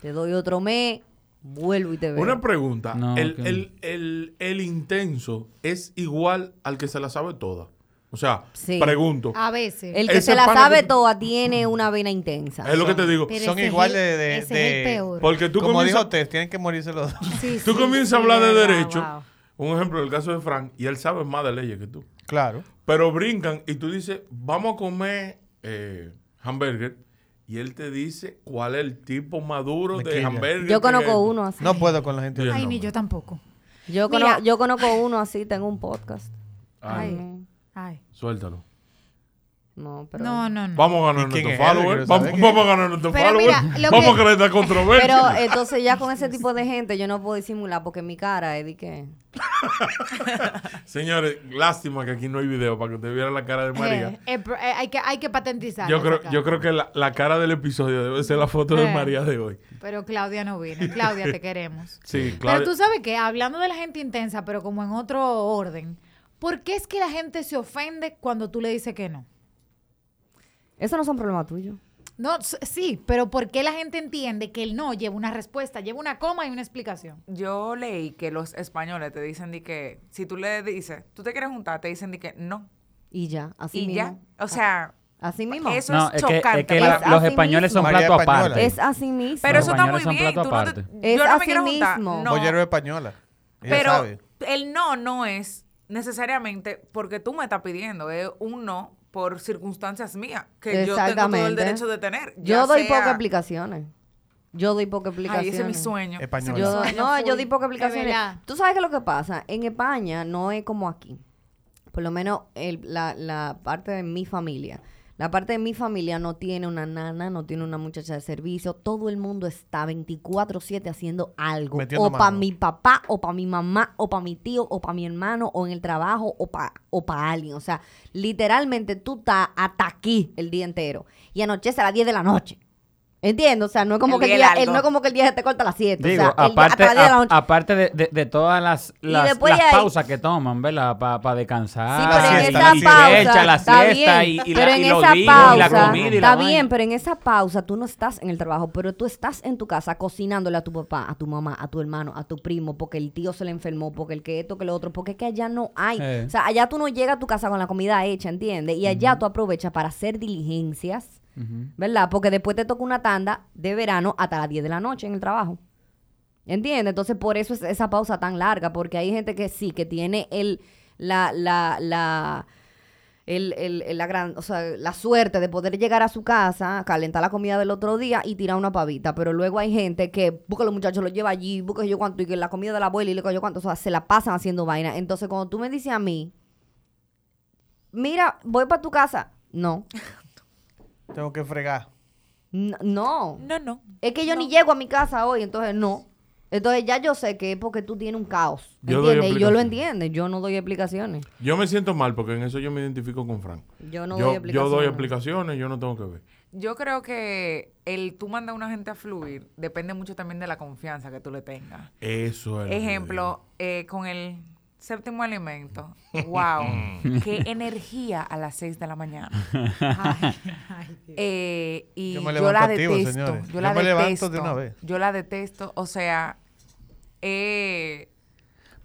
Te doy otro mes, vuelvo y te veo.
Una pregunta.
No,
el,
que-
el- el- el intenso es igual al que se la sabe toda. O sea,
Sí.
pregunto.
A veces.
El que
Ese
se la
pana
sabe
que-
toda tiene una vena intensa.
es lo que te digo.
Pero
Son
ese es
iguales
el-
de,
ese es el
de-
peor.
Porque tú
como
comienzas,
dijo Tess, tienen que morirse los dos.
Sí,
tú
sí,
comienzas
sí,
a hablar de
verdad,
derecho.
wow.
Un ejemplo, el caso de Frank. Y él sabe más de leyes que tú.
Claro.
Pero brincan y tú dices, vamos a comer eh, hamburger. Y él te dice cuál es el tipo maduro
Me
de,
quilla.
hamburger.
Yo
que-
conozco uno así.
No puedo con la gente.
Dios.
Ay,
No,
ni
hombre.
yo tampoco.
Yo, cono-
Mira.
yo conozco uno así, tengo un podcast.
Ay,
No,
Ay.
Suéltalo.
no, pero...
No, no, no.
Vamos a ganar
¿Y quién
nuestro
es él?
follower.
Quiero
Vamos,
saber
vamos a ganar nuestro
Mm. Pero
follower.
mira, lo
vamos a
que-
crear esta controversia.
Pero eh, entonces ya con ese tipo de gente yo no puedo disimular porque mi cara es de que...
Señores, lástima que aquí no hay video para que te viera la cara de
Eh,
María.
eh, pero, eh, hay, que, hay que patentizar.
Yo
esa
creo,
cara.
yo creo que la, la cara del episodio debe ser la foto de
Eh.
María de hoy.
Pero Claudia no vino. Claudia, te queremos.
Sí,
Pero
claro.
tú sabes que, hablando de la gente intensa, pero como en otro orden, ¿por qué es que la gente se ofende cuando tú le dices que no?
Eso no son problemas tuyos.
No, s- sí, pero ¿por qué la gente entiende que el no lleva una respuesta, lleva una coma y una explicación?
Yo leí que los españoles te dicen de que si tú le dices, tú te quieres juntar, te dicen de que no.
Y ya, así
y ya.
mismo.
O sea,
Así mismo.
eso
No,
es
es que,
chocante.
es que
Es
la-
así
los españoles
mismo.
son
María
plato
española.
aparte.
Es así mismo.
Pero eso está muy
españoles son
bien.
plato
Tú no te-
aparte.
yo
Es
no me
así
quiero juntar.
mismo.
No.
Bollero española. Ella
Pero
sabe.
el no no es necesariamente porque tú me estás pidiendo, es un no por circunstancias mías, que yo tengo todo el
Exactamente.
derecho de tener.
Yo
ya
doy
sea-
pocas explicaciones. Yo doy pocas
Ay,
explicaciones.
ese es mi sueño.
Española.
Yo-
Sueño
no, yo
full.
di pocas
De
explicaciones.
verdad.
Tú sabes que lo que pasa, en España no es como aquí. Por lo menos el- la, la parte de mi familia. La parte de mi familia no tiene una nana, no tiene una muchacha de servicio. Todo el mundo está 24-7 haciendo algo.
Metiendo
o para
mano.
mi papá, o para mi mamá, o para mi tío, o para mi hermano, o en el trabajo, o para o pa alguien. O sea, literalmente tú estás hasta aquí el día entero. Y anochece a las 10 de la noche. Entiendo, o sea, no es como
El
que el
día
día,
largo.
el- no es como que el día se te corta a las 7. o
Digo,
sea, el día-
aparte,
hasta las 10 de la
a-
noche.
aparte de, de- de todas las,
Y
las,
después
las
de ahí-
pausas que toman, ¿verdad? Para descansar.
Sí, pero en
siesta,
y
la
esa
se
siesta.
pausa.
echa la
está
siesta
bien,
y, y,
pero
la,
en
y los
esa
vinos y la
pausa,
comida y la
Está
vaina.
bien, pero en esa pausa tú no estás en el trabajo, pero tú estás en tu casa cocinándole a tu papá, a tu mamá, a tu hermano, a tu primo, porque el tío se le enfermó, porque el que esto, que lo otro, porque es que allá no hay.
Eh.
O sea, allá tú no llegas a tu casa con la comida hecha, ¿entiendes? Y allá tú aprovechas para hacer diligencias, ¿verdad? Porque después te toca una tanda de verano hasta las 10 de la noche en el trabajo. ¿Entiendes? Entonces, por eso es esa pausa tan larga, porque hay gente que sí, que tiene el, la, la, la, el, el- el- la gran, o sea, la suerte de poder llegar a su casa, calentar la comida del otro día y tirar una pavita. Pero luego hay gente que, busca los muchachos, los lleva allí, busca yo cuánto, y que la comida de la abuela y le yo cuánto, o sea, se la pasan haciendo vaina. Entonces, cuando tú me dices a mí, mira, voy para tu casa, no,
Tengo que fregar.
N- no.
No, no.
Es que yo ni llego a mi casa hoy, entonces no. Entonces ya yo sé que es porque tú tienes un caos.
Yo doy
¿Entiendes? Y yo lo
explicaciones.
entiendo. Yo no doy explicaciones.
Yo me siento mal porque en eso yo me identifico con Frank.
Yo no
yo,
doy
yo
explicaciones.
doy explicaciones, yo no tengo que ver.
Yo creo que el tú mandar a una gente a fluir depende mucho también de la confianza que tú le tengas.
Eso es. lo que yo
Ejemplo, eh, con el séptimo alimento. ¡Wow!
Mm.
¡Qué energía a las 6 de la mañana!
Ay, ay, Dios.
Eh, y
Yo
yo,
me levanto
la
activo,
detesto.
señores.
Yo la
Yo me
detesto.
levanto de una vez.
Yo la detesto. O sea, eh,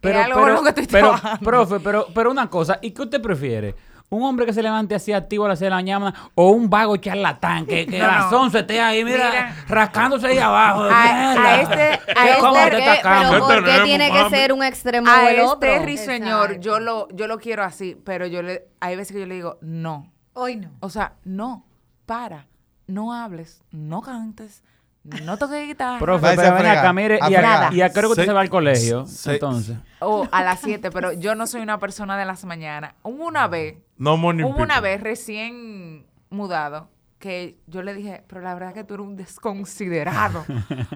Pero,
es algo
pero,
con lo que estoy
pero,
trabajando.
profe, pero, pero una cosa, ¿y qué usted prefiere? ¿Un hombre que se levante así activo a las 6 de la mañana o un vago charlatán que, que
No,
a las
no.
11 esté ahí, mira,
Mira.
rascándose ahí abajo?
A- a
Mierda.
este-
¿Qué-
a
cómo
este-
te
¿Por qué?
atacamos?
Pero ¿por qué
Tenemos,
tiene que
mami.
ser un extremo o
a
el otro?
este señor, yo
Exacto.
lo, yo lo quiero así, pero yo le, hay veces que yo le digo, no.
Hoy no.
O sea, no, para, no hables, no cantes, no toques guitarra.
Profe,
Váyase
pero
a
ven
fregar,
acá, mire,
a
y a,
fregar.
y a qué hora que usted
Se-
se va al colegio,
se-
entonces.
O a las 7, pero yo no soy una persona de las mañanas. Hubo una vez,
No morning
hubo una
people.
vez recién mudado que yo le dije, pero la verdad que tú eres un desconsiderado.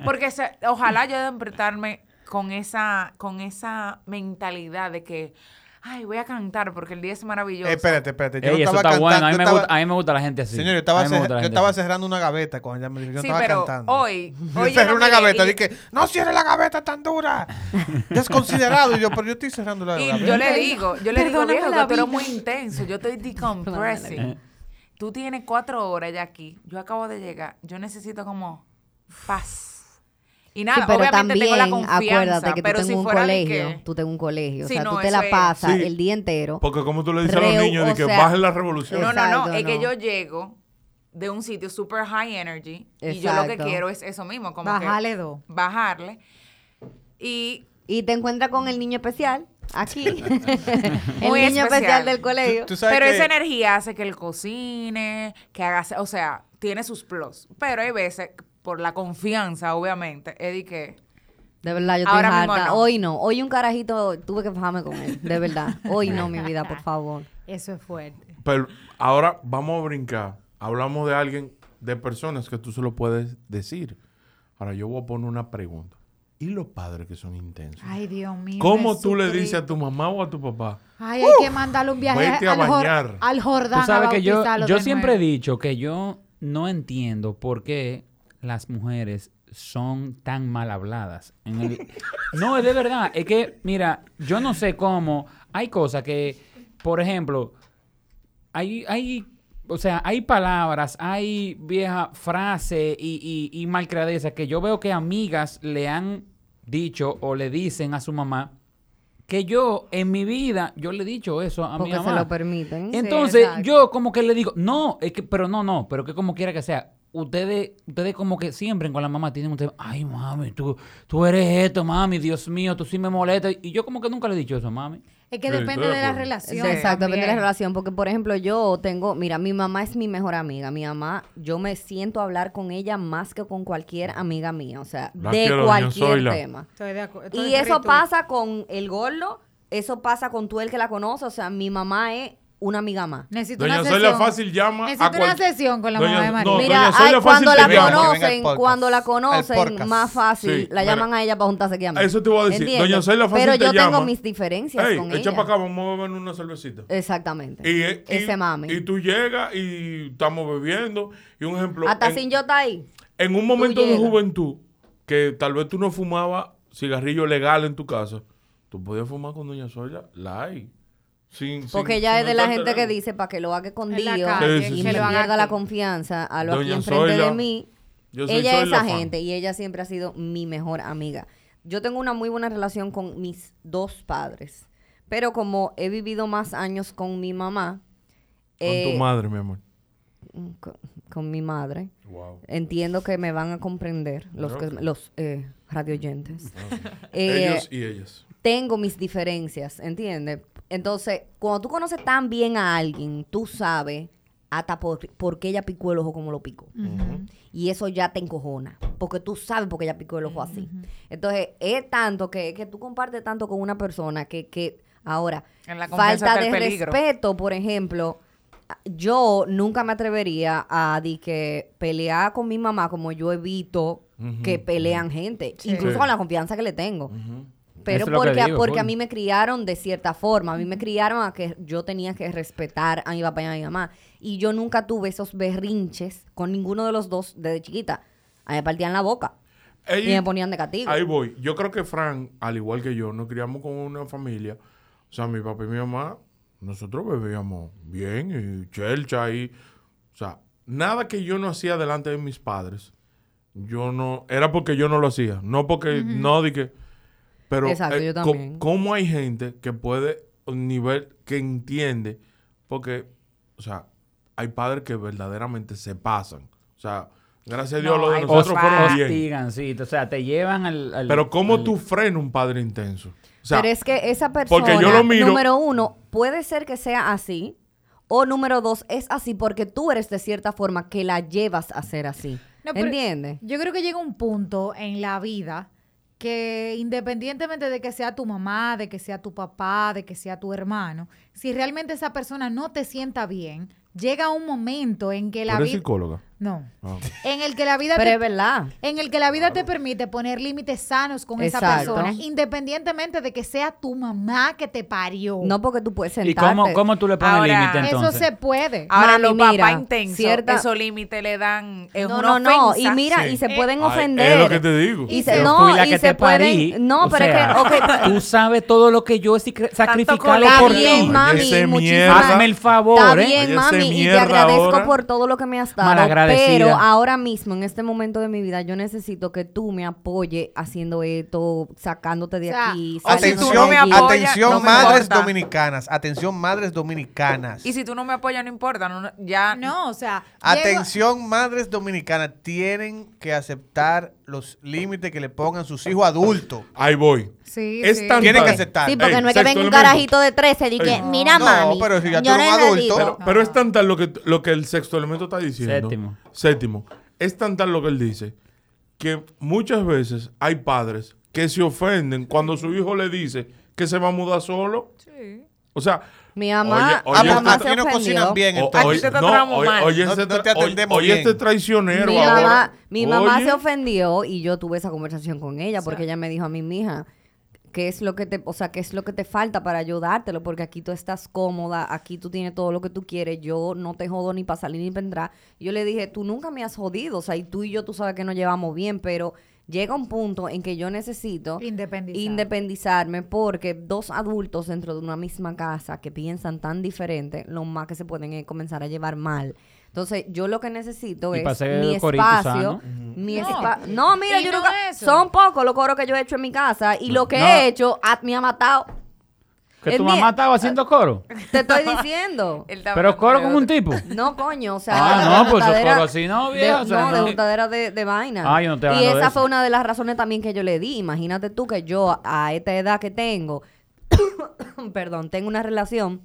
Porque se- ojalá yo despertarme con esa, con esa mentalidad de que, ay, voy a cantar porque el día es maravilloso.
Eh, espérate, espérate. Yo
Ey, eso
estaba
está bueno,
cantando.
a mí,
yo
me
estaba-
gusta, a mí me gusta la gente así.
Señor, yo estaba,
A mí me
cer-
gusta la
yo
gente
estaba
así.
cerrando una gaveta cuando ella me dijo, yo
sí,
estaba
pero
cantando.
hoy,
Yo
hoy yo
cerré
no
una
llegué
gaveta,
y-
dije, no cierres la gaveta tan dura. Desconsiderado. Y yo, pero yo estoy cerrando la
Y
gaveta.
yo le digo, yo le digo,
Perdóname
viejo,
la
que tú
vida".
eres muy intenso. Yo estoy decompressing. Tú tienes cuatro horas ya aquí. Yo acabo de llegar. Yo necesito como paz. Y nada,
Sí, pero
obviamente tengo la
también
confianza.
acuérdate que tú
pero
tengo
si
un
fuera de
colegio,
que-
tú tengo un colegio,
Sí,
o sea,
no,
tú te la
eso es-
pasas
Sí.
el día entero.
Porque como tú le dices a
Reu-
los niños, de
o
que
sea,
bajen la revolución.
No, no, no.
Exacto,
Es que
no.
yo llego de un sitio super high energy y yo lo que
Exacto.
quiero es eso mismo, como que
Bájale dos.
bajarle. Y
Y te encuentras con el niño especial aquí. el
Muy
niño
especial.
especial del colegio.
Tú sabes
Pero
que-
esa energía hace que él cocine, que haga, o sea, tiene sus plus. Pero hay veces, por la confianza, obviamente, Eddie que
De verdad, yo estoy
Ahora mismo
harta.
no.
Hoy no. Hoy un carajito tuve que fajarme con él. De verdad. Hoy no, mi vida, por favor.
Eso es fuerte.
Pero ahora vamos a brincar. Hablamos de alguien, de personas que tú se lo puedes decir. Ahora yo voy a poner una pregunta. ¿Y los padres que son intensos?
Ay, Dios mío.
¿Cómo tú le dices
Jesucristo.
a tu mamá o a tu papá?
Ay, hay que mandarle un viaje
Vete a
al, Jor-
bañar.
al Jordán.
Tú sabes
a
que yo,
bautizarlo
yo
de
siempre he
nuevo.
dicho que yo no entiendo por qué las mujeres son tan mal habladas. En el- No, es de verdad. Es que, mira, yo no sé cómo. Hay cosas que, por ejemplo, hay, hay O sea, hay palabras, hay vieja frase y, y, y malcriadezas que yo veo que amigas le han dicho o le dicen a su mamá que yo en mi vida, yo le he dicho eso a mi
Porque
mamá.
se lo permiten.
Entonces,
exacto.
yo como que le digo, no, es que, pero no, no, pero que como quiera que sea. Ustedes, ustedes como que siempre con la mamá tienen un tema, ay mami, tú, tú eres esto, mami, Dios mío, tú sí me molestas. Y yo como que nunca le he dicho eso, mami.
Es que
Sí,
depende
estoy de
de la
acuerdo.
relación.
Exacto, depende de la
también.
relación. Porque, por ejemplo, yo tengo, mira, mi mamá es mi mejor amiga. Mi mamá, yo me siento a hablar con ella más que con cualquier amiga mía. O sea,
La
de
quiero, doña
cualquier
Zoila.
tema.
Estoy de acu- estoy
Y
de
eso
retweet.
pasa con el gordo, eso pasa con tú el que la conoce. O sea, mi mamá es una amiga más.
Necesito
Doña
una
Zoila
sesión.
Fácil llama a
Necesito una
cual-
sesión con la
Doña-
mamá de María.
no,
Mira,
Mira,
doña Zoila fácil
ay, cuando
te
la
llama.
Que venga
conocen,
al podcast.
cuando la
Al
conocen,
podcast.
más fácil,
Sí,
la llaman
mira.
a ella para juntarse aquí a mí.
Eso te voy a decir.
¿Entiendes?
Doña Zoila Fácil
Pero
te
yo tengo
llama.
mis diferencias
Ey,
con
echa
ella.
para acá, vamos a beber una cervecita.
Exactamente.
Y, eh, y-
Ese mami.
Y tú llegas y estamos bebiendo. Y un ejemplo.
Hasta
en,
sin yo estar ahí.
en un momento de
llegas.
juventud que tal vez tú no fumabas cigarrillo legal en tu casa, tú podías fumar con Doña Soya light. Sin,
Porque
sin-
ella
sin
es de la
meterte
gente que
dedo.
dice para que lo haga con
En la
Dios
calle,
Sí, sí,
y
sí.
me
que lo haga
haga la
aquí.
confianza a lo aquí
Doña
enfrente de
Zoila,
mí.
Yo soy
Ella es
Zoila
esa
fan.
gente y ella siempre ha sido mi mejor amiga. Yo tengo una muy buena relación con mis dos padres, pero como he vivido más años con mi mamá,
Con
eh,
tu madre, mi amor.
con, con mi madre,
Wow.
entiendo que me van a comprender los, que,
Ok.
los eh, radioyentes. Eh,
Ellos y ellas.
tengo mis diferencias, ¿entiendes? Entonces, cuando tú conoces tan bien a alguien, tú sabes hasta por, por qué ella picó el ojo como lo picó. Y eso ya te encojona, porque tú sabes por qué ella picó el ojo así. Entonces, es tanto que, que tú compartes tanto con una persona que, que ahora,
En la confianza
falta
está
de
el peligro.
respeto, por ejemplo, yo nunca me atrevería a di que pelear con mi mamá como yo evito que pelean gente, incluso
Sí.
con la confianza que le tengo. Pero
Eso es lo que
porque,
digo,
porque a
full.
mí me criaron de cierta forma, a mí me criaron a que yo tenía que respetar a mi papá y a mi mamá. Y yo nunca tuve esos berrinches con ninguno de los dos desde chiquita. A mí me partían la boca y
Ella-
me ponían de castigo.
Ahí voy. Yo creo que Frank, al igual que yo, nos criamos con una familia. O sea, mi papá y mi mamá, nosotros bebíamos bien y chelcha y... O sea, nada que yo no hacía delante de mis padres, yo no... Era porque yo no lo hacía. No porque... No de que... Pero... eh,
Exacto, yo
co-
también.
¿Cómo hay gente que puede... Un nivel que entiende... Porque... O sea, hay padres que verdaderamente se pasan. O sea, gracias a Dios
No,
lo de
hay
nosotros
papás.
fueron Ah, bien.
Hostigan, sí, o sea, te llevan al... al-
Pero ¿cómo
al-
tú frenas un padre intenso? O sea,
Pero es que esa persona,
porque yo lo miro-
número uno, puede ser que sea así. O número dos, es así porque tú eres de cierta forma que la llevas a ser así.
No, pero
¿Entiendes?
Yo creo que llega un punto en la vida que independientemente de que sea tu mamá, de que sea tu papá, de que sea tu hermano, si realmente esa persona no te sienta bien, llega un momento en que
tú
la
eres
vida
psicóloga.
no,
Ah.
en el que la vida
Pero
te-
es verdad.
en el que la vida te permite poner límites sanos con esa
Exacto.
persona, independientemente de que sea tu mamá que te parió.
No porque tú puedes
¿Y
sentarte.
cómo, cómo tú le pones
Ahora,
límite
eso
Eso
entonces?
se puede.
Ahora
Mami,
los papás
mira,
intensos,
cierta-
esos límites le dan es
No,
una
no, no. Y
ofensa.
mira,
Sí.
y se pueden
Ay,
ofender.
es lo que te digo.
Y
Yo
se,
fui
no,
la
y
que
se
te parí,
pueden. No,
o
pero
sea,
es que. ok,
Tú sabes todo lo que yo he sacri- sacrificado
colado.
por
Está
ti.
bien, mami,
Cállese,
muchísimas
mierda.
Hazme el
Está
favor, ¿eh?
Cállese,
bien, mami, y te
mierda,
agradezco
ahora.
por todo lo que me has dado.
Malagradecida.
Pero ahora mismo, en este momento de mi vida, yo necesito que tú me apoyes haciendo esto, sacándote de
O sea,
aquí.
o si
saliéndote
tú no
Atención,
me
de aquí.
apoyas,
atención
no me
madres
importa.
dominicanas. Atención, madres dominicanas.
Y si tú no me apoyas, no importa. No,
Ah,
ya
No, o sea, llega-
Atención, madres dominicanas. Tienen que aceptar los límites que le pongan sus hijos adultos.
Ahí voy.
Sí,
es
sí.
tan
Tienen que
Ey,
aceptar.
Sí, porque
Ey,
no es que
sexto
venga un
elemento.
carajito de 13 y que,
Ey.
mira,
No,
mami.
pero si ya tú
yo
eres un
necesito-
adulto.
Pero, pero es tan tal lo que, lo que el sexto elemento está diciendo.
Séptimo.
Séptimo. Es tan tal lo que él dice que muchas veces hay padres que se ofenden cuando su hijo le dice que se va a mudar solo.
Sí.
O sea,
Mi mamá,
Oye,
mi
oye,
mamá
ah,
se
aquí no
ofendió.
cocinan bien,
o-
entonces.
oye,
te
no,
tratamos
oye,
mal.
oye, ese
No- no
tra-
te atendemos
oye, oye
bien.
este traicionero
Mi
ahora.
mamá, mi mamá
Oye.
se ofendió y yo tuve esa conversación con ella porque ella me dijo a mí, mija, ¿qué es lo que te, o sea, qué es lo que te falta para yo dártelo? Porque aquí tú estás cómoda, aquí tú tienes todo lo que tú quieres, yo no te jodo ni para salir ni para entrar. Yo le dije, tú nunca me has jodido, o sea, y tú y yo tú sabes que nos llevamos bien, pero llega un punto en que yo necesito
Independizar.
independizarme porque dos adultos dentro de una misma casa que piensan tan diferente, lo más que se pueden es comenzar a llevar mal. Entonces, yo lo que necesito
Y
es
pasé
mi
el corito
espacio.
sano.
Mi
No,
espa- no, mira,
y
yo
no
nunca.
eso.
Son pocos los coros que yo he hecho en mi casa y lo que
No.
he hecho a- me ha matado.
Que
Es
tu
mi-
mamá estaba haciendo coro.
Te estoy diciendo.
Él estaba
Pero
hablando
coro
de
con un
otro.
tipo.
No, coño, o sea,
Ah,
la-
no,
la
pues, eso
juntadera-
fue así, no, vieja,
de,
o sea,
no, de
no.
juntadera de, de vaina.
Ah, yo no estoy
y
hablando de
esa
eso.
fue una de las razones también que yo le di. Imagínate tú que yo a esta edad que tengo, perdón, tengo una relación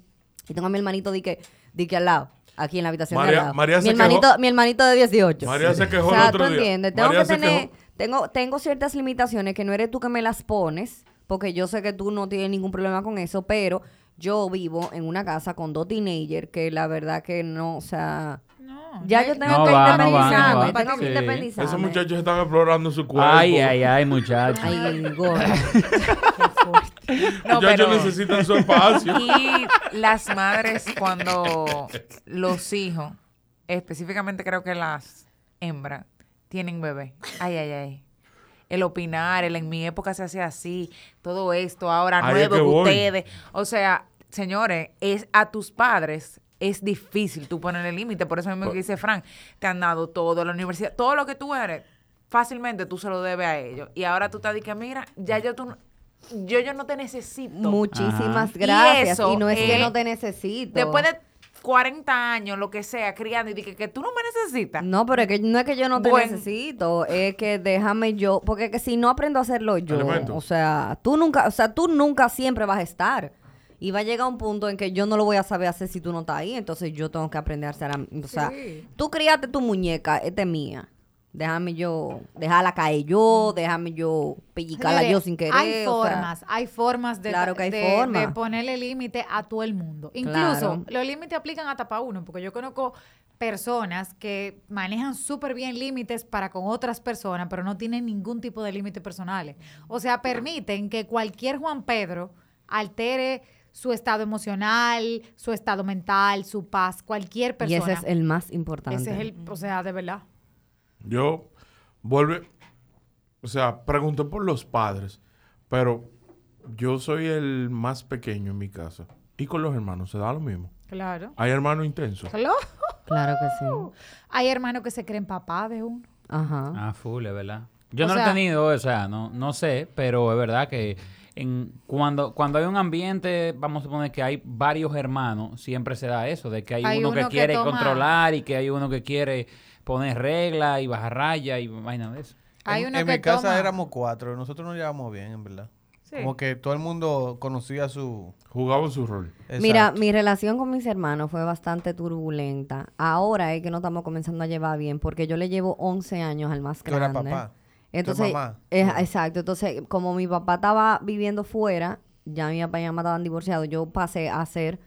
y tengo a mi hermanito de que, di que al lado, aquí en la habitación de
María-
al lado.
María
mi
se quejó-
hermanito, mi hermanito de 18.
María se quejó
o
el
sea,
otro
tú
día.
entiendes, tengo
María
que
se
tener
quejó.
tengo, tengo ciertas limitaciones que no eres tú que me las pones, porque yo sé que tú no tienes ningún problema con eso, pero yo vivo en una casa con dos teenagers que la verdad que no, o sea,
No,
ya
no-
yo tengo
No
que
va, no va, no
independizarme,
va.
tengo que
Sí.
independizarme.
Esos muchachos están explorando su cuerpo.
Ay, ay, ay, muchacho.
Ay, gordo.
No,
muchachos
pero-
necesitan su espacio.
Y las madres cuando los hijos, específicamente creo que las hembras, tienen bebé. Ay, ay, ay. El opinar, el en mi época se hacía así, todo esto, ahora
Ahí es
nuevo
que
que
voy.
ustedes. O sea, señores, es a tus padres es difícil tú ponerle límite. Por eso mismo que dice Frank, te han dado todo, la universidad, todo lo que tú eres, fácilmente tú se lo debes a ellos. Y ahora tú estás de que mira, ya yo tú no- yo, yo no te necesito.
Muchísimas
Y
gracias. Y,
eso,
no es que
eh,
no te necesito.
Después de 40 años, lo que sea, criando, y dije que, que tú no me necesitas.
No, pero es que no es que yo no te
Buen-
necesito, es que déjame yo, porque es que si no aprendo a hacerlo yo,
Elemento.
o sea, tú nunca, o sea, tú nunca siempre vas a estar. Y va a llegar un punto en que yo no lo voy a saber hacer si tú no estás ahí, entonces yo tengo que aprender a hacer, a- o sea, tú criaste tu muñeca, esta es mía. Déjame yo, dejarla caer yo, déjame yo pellicarla
Señores,
yo sin querer.
Hay
o sea,
formas, hay formas de,
Claro que hay
de- de
formas.
ponerle límite a todo el mundo. Incluso
Claro.
los límites aplican hasta para uno, porque yo conozco personas que manejan súper bien límites para con otras personas, pero no tienen ningún tipo de límite personales. O sea, permiten que cualquier Juan Pedro altere su estado emocional, su estado mental, su paz, cualquier
y ese
persona.
es el más importante.
Ese es el- o sea, de verdad.
Yo vuelve, o sea, pregunté por los padres, pero yo soy el más pequeño en mi casa. Y con los hermanos se da lo mismo.
Claro.
Hay hermanos intensos.
Claro.
Claro que sí.
Hay hermanos que se creen papá de uno.
Ajá.
Ah, full, es verdad. Yo
O
no lo
sea-
he tenido, o sea, no, no sé, pero es verdad que en, cuando, cuando hay un ambiente, vamos a suponer que hay varios hermanos, siempre se da eso, de que hay, uno, que, quiere
toma-
controlar y que hay uno que quiere poner reglas y bajar raya y vaina de eso.
Hay
en
uno
en
que
mi casa
toma-
éramos cuatro, nosotros nos llevamos bien, en verdad.
Sí.
Como que todo el mundo conocía su...
Jugaban su rol.
Mira,
Exacto.
mi relación con mis hermanos fue bastante turbulenta. Ahora es que no estamos comenzando a llevar bien, porque yo le llevo 11 años al más
Tú eras
grande.
papá, tú
Entonces,
mamá.
es- exacto. Entonces, como mi papá estaba viviendo fuera, ya mi papá y mi mamá estaban divorciados, yo pasé a ser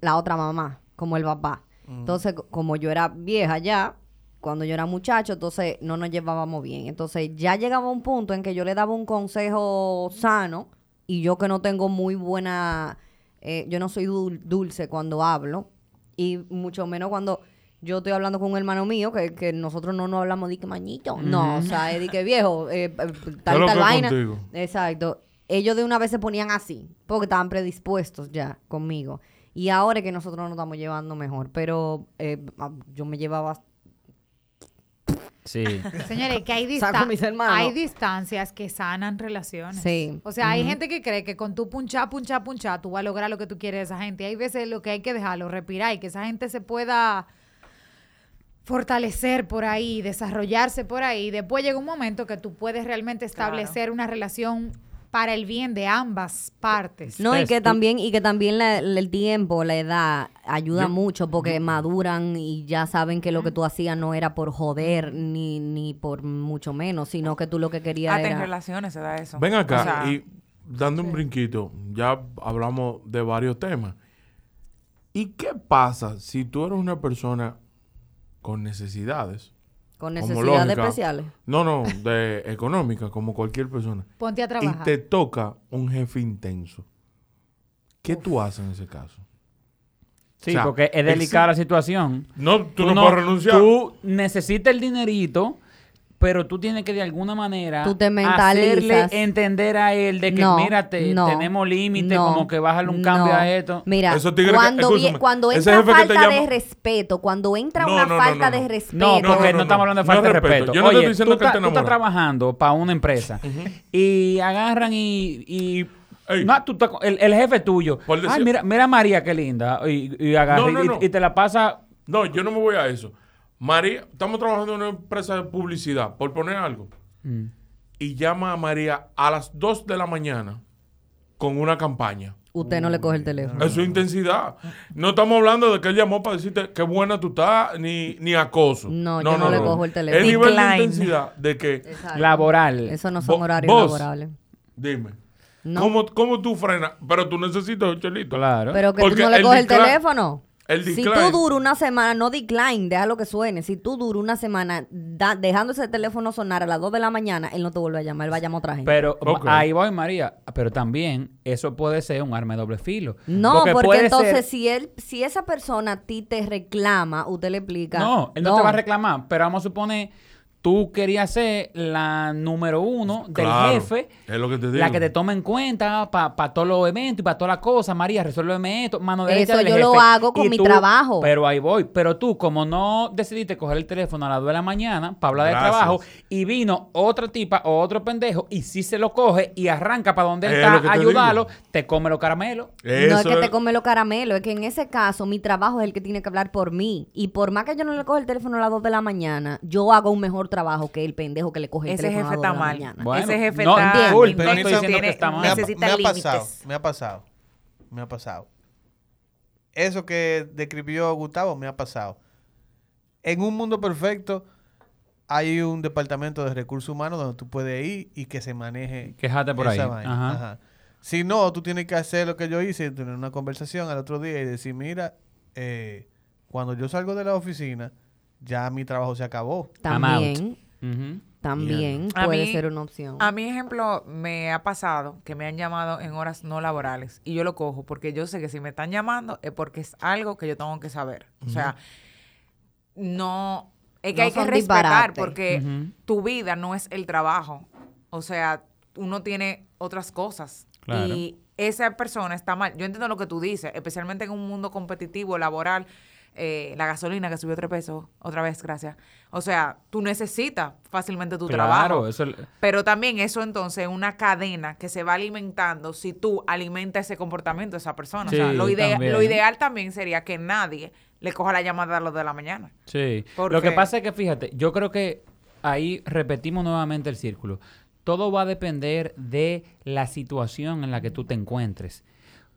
la otra mamá, como el papá.
Mm.
Entonces, co- como yo era vieja ya, cuando yo era muchacho, entonces no nos llevábamos bien. Entonces, ya llegaba un punto en que yo le daba un consejo sano y yo que no tengo muy buena, eh, yo no soy dul- dulce cuando hablo y mucho menos cuando yo estoy hablando con un hermano mío que, que nosotros no nos hablamos de que mañito. No, o sea, es de que viejo, eh, eh,
Yo
tal
lo
tal
que
vaina.
contigo.
Exacto. Ellos de una vez se ponían así, porque estaban predispuestos ya conmigo. Y ahora es que nosotros nos estamos llevando mejor, pero eh, ah, yo me llevaba...
Sí.
Señores, que hay,
Saco
distan-
mis hermanos.
hay distancias que sanan relaciones.
Sí.
O sea, hay gente que cree que con tu puncha, puncha, puncha, tú vas a lograr lo que tú quieres de esa gente. Y hay veces lo que hay que dejarlo respirar y que esa gente se pueda fortalecer por ahí, desarrollarse por ahí. Después llega un momento que tú puedes realmente establecer una relación para el bien de ambas partes.
No, y
Pues
Tess,
que
tú-
también, y que también la- la- el tiempo, la edad, ayuda
Yo-
mucho porque maduran y ya saben que lo que tú hacías no era por joder ni, ni por mucho menos, sino que tú lo que
Ah,
querías
Hasta en
era...
relaciones se da eso.
Ven acá
O sea,
y dando un brinquito, ya hablamos de varios temas. ¿Y qué pasa si tú eres una persona con necesidades?
Con
como
necesidades
lógica,
especiales.
No, no, de económica, como cualquier persona.
Ponte a
Y
trabajar.
te toca un jefe intenso. ¿Qué tú haces en ese caso?
Sí,
O sea,
porque es delicada la situación.
No, tú, no, puedes renunciar.
Tú necesitas el dinerito, pero tú tienes que de alguna manera
Tú te mentalizas.
hacerle entender a él de que
No,
mira, te-
no,
tenemos límite,
no,
como que bájale un cambio
no.
a esto.
Mira,
Esos tigres que-
cuando, vie-
escúchame,
cuando
ese
entra
jefe que te
falta
llama-
de respeto, cuando entra
No,
una
no, no,
falta
no,
de
no.
respeto,
No, porque no,
no,
estamos hablando de
no
falta de
respeto.
respeto.
Yo no te
Oye,
estoy diciendo
tú,
que él te
estás- tú estás
enamora.
trabajando para una empresa y agarran y... y-
Ey.
no, tú estás con- el, el jefe tuyo.
Por decir-
Ay, mira, mira a María, qué linda. Y, y agarra
No,
y-
no, no.
Y, te la pasa...
No, yo no me voy a eso. María, estamos trabajando en una empresa de publicidad, por poner algo.
Mm.
Y llama a María a las 2 de la mañana con una campaña.
usted no le coge el teléfono.
Eso es intensidad. No estamos hablando de que él llamó para decirte qué buena tú estás, ni, ni acoso.
No, yo no le cojo el teléfono.
El nivel de
Decline.
intensidad de que,
Exacto.
Laboral.
Eso no son
Vo-
horarios
vos.
laborables.
dime,
No.
¿cómo, ¿cómo tú frenas? Pero tú necesitas un chelito.
Claro.
Pero que tú
Porque
no le
el
coges el
decline-
teléfono.
el
si
decline-
tú duras una semana, no decline, déjalo que suene. Si tú duras una semana da- dejando ese teléfono sonar a las 2 de la mañana, él no te vuelve a llamar, él va a llamar a otra gente.
Pero ma-
Ok.
ahí voy, María. Pero también eso puede ser un arma de doble filo.
no, porque,
puede
entonces
ser-
si él, si esa persona a ti te reclama, usted le explica.
No, él no, te va a reclamar. Pero vamos a suponer, tú querías ser la número uno del
Claro,
jefe.
es lo que te digo.
La que te toma en cuenta para todos los eventos y para todas las cosas. María, resuélveme esto. Mano derecha
Eso
del
yo lo
jefe.
hago con
Y
mi
tú-
trabajo.
Pero ahí voy. Pero tú, como no decidiste coger el teléfono a las 2 de la mañana para hablar de
Gracias.
trabajo, y vino otra tipa o otro pendejo, y si se lo coge y arranca para donde él
Es
está
lo que
a
te
ayudarlo,
digo.
te come los caramelos.
No es
Eso
que te come los caramelos, es que en ese caso mi trabajo es el que tiene que hablar por mí. Y por más que yo no le coja el teléfono a las 2 de la mañana, yo hago un mejor trabajo que el pendejo que le coge el
Ese
teléfono a
jefe
las 2
está
de la
mal.
mañana.
Bueno,
Ese jefe
no,
está
disculpe,
tiene-
no estoy diciendo que está mal.
me ha,
necesita
me ha
límites.
pasado, me ha pasado, me ha pasado. Eso que describió Gustavo me ha pasado. En un mundo perfecto hay un departamento de recursos humanos donde tú puedes ir y que se maneje
Quejate por
esa
ahí.
vaina.
Ajá.
Ajá. Si no, tú tienes que hacer lo que yo hice, tener una conversación al otro día y decir, mira, eh, cuando yo salgo de la oficina, ya mi trabajo se acabó.
I'm out.
También,
Ujú.
también
A
puede
mí-
ser una opción.
A mí, ejemplo, me ha pasado que me han llamado en horas no laborales y yo lo cojo porque yo sé que si me están llamando es porque es algo que yo tengo que saber. O sea, no, es que
No
hay que
son
respetar
disparates.
porque tu vida no es el trabajo. O sea, uno tiene otras cosas
Claro.
y esa persona está mal. Yo entiendo lo que tú dices, especialmente en un mundo competitivo, laboral. eh, la gasolina que subió tres pesos, otra vez, gracias. O sea, tú necesitas fácilmente tu
Claro,
trabajo.
eso es-
Pero también eso entonces es una cadena que se va alimentando si tú alimentas ese comportamiento de esa persona. o sea,
Sí,
lo, idea-
también.
lo ideal también sería que nadie le coja la llamada a los de la mañana.
Sí.
Porque-
Lo que pasa es que, fíjate, yo creo que ahí repetimos nuevamente el círculo. Todo va a depender de la situación en la que tú te encuentres.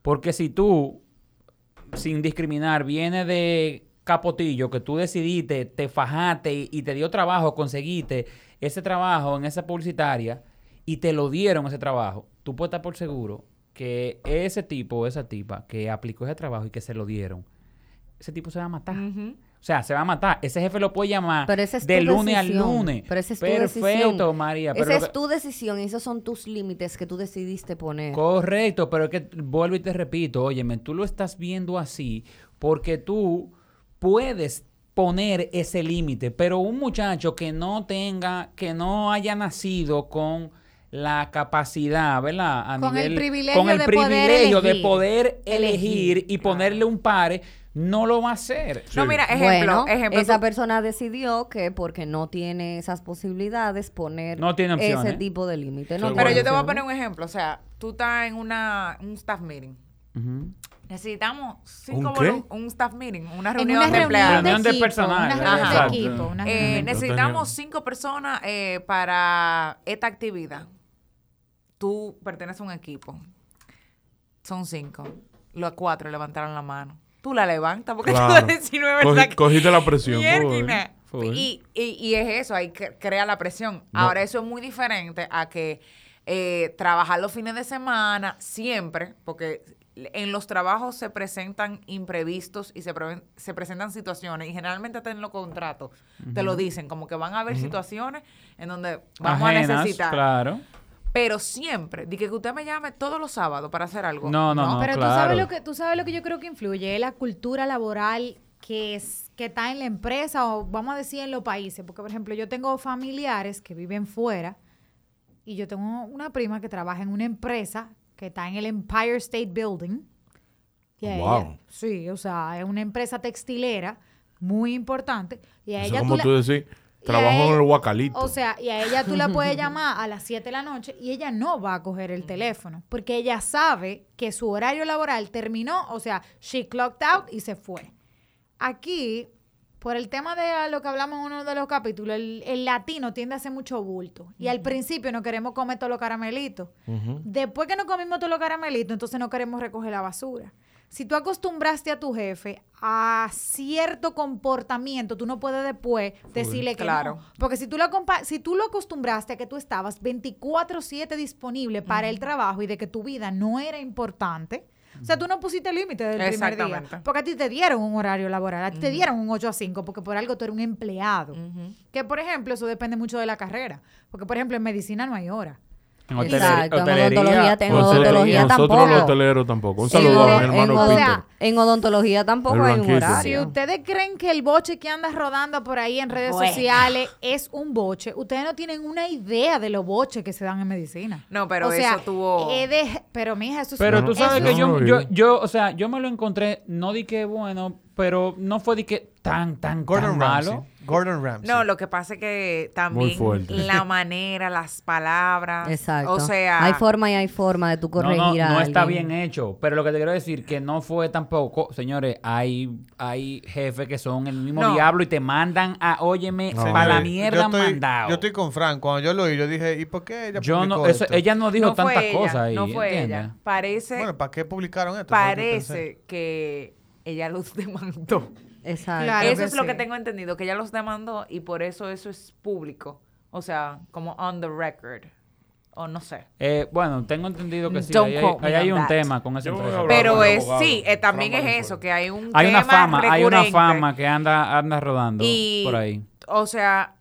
Porque si tú, sin discriminar, viene de capotillo, que tú decidiste, te fajaste y, y te dio trabajo, conseguiste ese trabajo en esa publicitaria y te lo dieron ese trabajo, tú puedes estar por seguro que ese tipo o esa tipa que aplicó ese trabajo y que se lo dieron, ese tipo se va a matar. O sea, se va a matar. Ese jefe lo puede llamar
Pero esa es tu
de lunes al
decisión.
lunes.
Pero esa es tu
Perfecto,
decisión.
María. pero
Esa
lo
es
que-
tu decisión y esos son tus límites que tú decidiste poner.
Correcto, pero es que vuelvo y te repito, óyeme, tú lo estás viendo así porque tú puedes poner ese límite, pero un muchacho que no tenga, que no haya nacido con la capacidad, ¿verdad? A
Con el privilegio
con el
de poder
privilegio de
elegir.
poder elegir
Elegir,
y ponerle un pare, no lo va a hacer.
No, mira, ejemplo,
bueno,
ejemplo.
esa
tú-
persona decidió que porque no tiene esas posibilidades poner
No tiene opción,
ese
¿eh?
tipo de límite. No
Seguro.
pero
tiene
yo te voy a
opción.
poner un ejemplo. O sea, tú estás en una, un staff meeting.
Ujú.
Necesitamos cinco
¿Un qué?
volu- un staff meeting, una
En
reunión
una
de empleados.
reunión de
Reunión de
equipo.
personal,
Una
¿verdad?
reunión de
Exacto.
equipo. una reunión
Eh,
de equipo.
necesitamos cinco personas eh, para esta actividad. Tú perteneces a un equipo. Son cinco. Los cuatro levantaron la mano. Tú la levantas porque tú vas a
Claro.
decir, no es verdad
Cogi-
que-
cogiste la presión.
Mierquina.
Full, full.
Y, y, y es eso, ahí cre- crea la presión. Ahora, eso es muy diferente a que eh, trabajar los fines de semana siempre, porque en los trabajos se presentan imprevistos y se, preven- se presentan situaciones, y generalmente hasta en los contratos te lo dicen, como que van a haber situaciones en donde vamos a
Ajenas,
necesitar.
Claro.
Pero siempre, di que usted me llame todos los sábados para hacer algo.
No, no, no.
Pero tú
claro.
sabes lo que tú sabes lo que yo creo que influye es la cultura laboral que, es, que está en la empresa o vamos a decir en los países. Porque, por ejemplo, yo tengo familiares que viven fuera y yo tengo una prima que trabaja en una empresa que está en el Empire State Building. Y a
Wow.
ella- sí, o sea, es una empresa textilera muy importante. Y a
Eso
ella
como
la-
tú decís,
y a
trabajo en
ella-
el guacalito.
O sea, y a ella tú la puedes llamar a las 7 de la noche y ella no va a coger el teléfono porque ella sabe que su horario laboral terminó, o sea, she clocked out y se fue. Aquí, por el tema de ah, lo que hablamos en uno de los capítulos, el, el latino tiende a hacer mucho bulto y al principio no queremos comer todos los caramelitos. Después que no comimos todos los caramelitos, entonces no queremos recoger la basura. Si tú acostumbraste a tu jefe a cierto comportamiento, tú no puedes después decirle que
Claro.
no. Porque si tú, lo acompa- si tú lo acostumbraste a que tú estabas 24/7 disponible para el trabajo y de que tu vida no era importante, o sea, tú no pusiste límite del primer día.
Exactamente.
Porque a ti te dieron un horario laboral, a ti te dieron un 8 a 5, porque por algo tú eres un empleado. Que, por ejemplo, eso depende mucho de la carrera. Porque, por ejemplo, en medicina no hay hora.
En
Exacto, en odontología tengo
nosotros,
odontología
nosotros los
tampoco.
hoteleros tampoco. Un
Sí,
saludo a mi
en-
hermano
en- o
Peter.
sea,
En odontología tampoco
El
hay un
blanquito.
Si
horario.
ustedes creen que el boche que anda rodando por ahí en redes
Bueno.
sociales es un boche, ustedes no tienen una idea de los boches que se dan en medicina.
No, pero
O sea,
eso tuvo-
eh, de- pero mija, eso es-
Pero
No,
tú sabes
eso
que
es-
yo,
no,
yo,
yo-
yo, o sea, yo me lo encontré, no di que bueno, pero no fue di que tan, tan, tan
Gordon Ramsay.
malo.
Gordon Ramsay.
No, lo que pasa es que también
fuerte.
la manera, las palabras.
Exacto.
O sea,
hay forma y hay forma de tú
No,
corregir
no,
a
no está
alguien.
bien hecho. Pero lo que te quiero decir que no fue tampoco, señores, hay, hay jefes que son el mismo
No.
diablo y te mandan a, óyeme,
No.
para la
Señores,
mierda
eh, yo estoy,
mandado.
Yo estoy con Frank. Cuando yo lo oí, yo dije, ¿y por qué ella
Yo no,
publicó
eso-
esto?
ella no dijo
no fue
tantas
ella,
cosas ahí.
No fue
¿entiendes?
ella. Parece,
Bueno, ¿para qué publicaron esto? Fue lo que pensé.
parece que ella los demandó.
eh.
Exacto.
Claro
eso
que
es lo
sí.
que tengo entendido, que ella los demandó y por eso eso es público. O sea, como on the record. O no sé.
Eh, bueno, tengo entendido que sí.
Don't
Ahí, hay-
quote me
ahí hay
on
un
that.
tema con esa
Yo voy a
empresa.
hablar
Pero
con el
es,
abogado,
sí, eh, también
Fran
es
Valenzuela.
eso, que hay un
Hay una
tema
fama, hay una
recurrente.
fama que anda, anda rodando
Y,
por ahí.
O sea,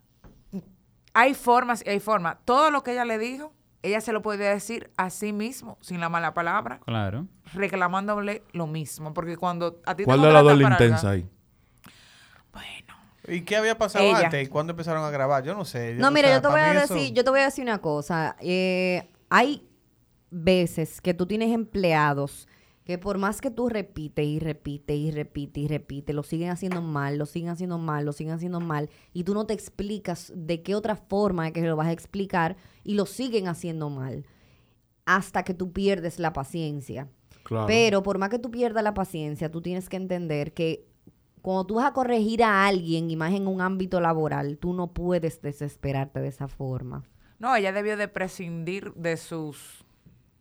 hay formas y hay formas. Todo lo que ella le dijo, ella se lo podía decir a sí mismo, sin la mala palabra,
Claro.
reclamándole lo mismo. Porque cuando a ti
¿Cuál
te
de las dos
contratan
es la intensa
para algo-
ahí?
¿Y qué había pasado
Ella.
antes? ¿Y cuándo empezaron a grabar? Yo no sé.
No,
o
mira,
sea,
yo te voy
para
a
mí eso-
decir, yo te voy a decir una cosa. Eh, hay veces que tú tienes empleados que por más que tú repites y repites y repites y repites, lo siguen haciendo mal, lo siguen haciendo mal, lo siguen haciendo mal, y tú no te explicas de qué otra forma es que lo vas a explicar y lo siguen haciendo mal hasta que tú pierdes la paciencia.
Claro.
Pero por más que tú pierdas la paciencia, tú tienes que entender que cuando tú vas a corregir a alguien, y más en un ámbito laboral, tú no puedes desesperarte de esa forma.
No, ella debió de prescindir de sus...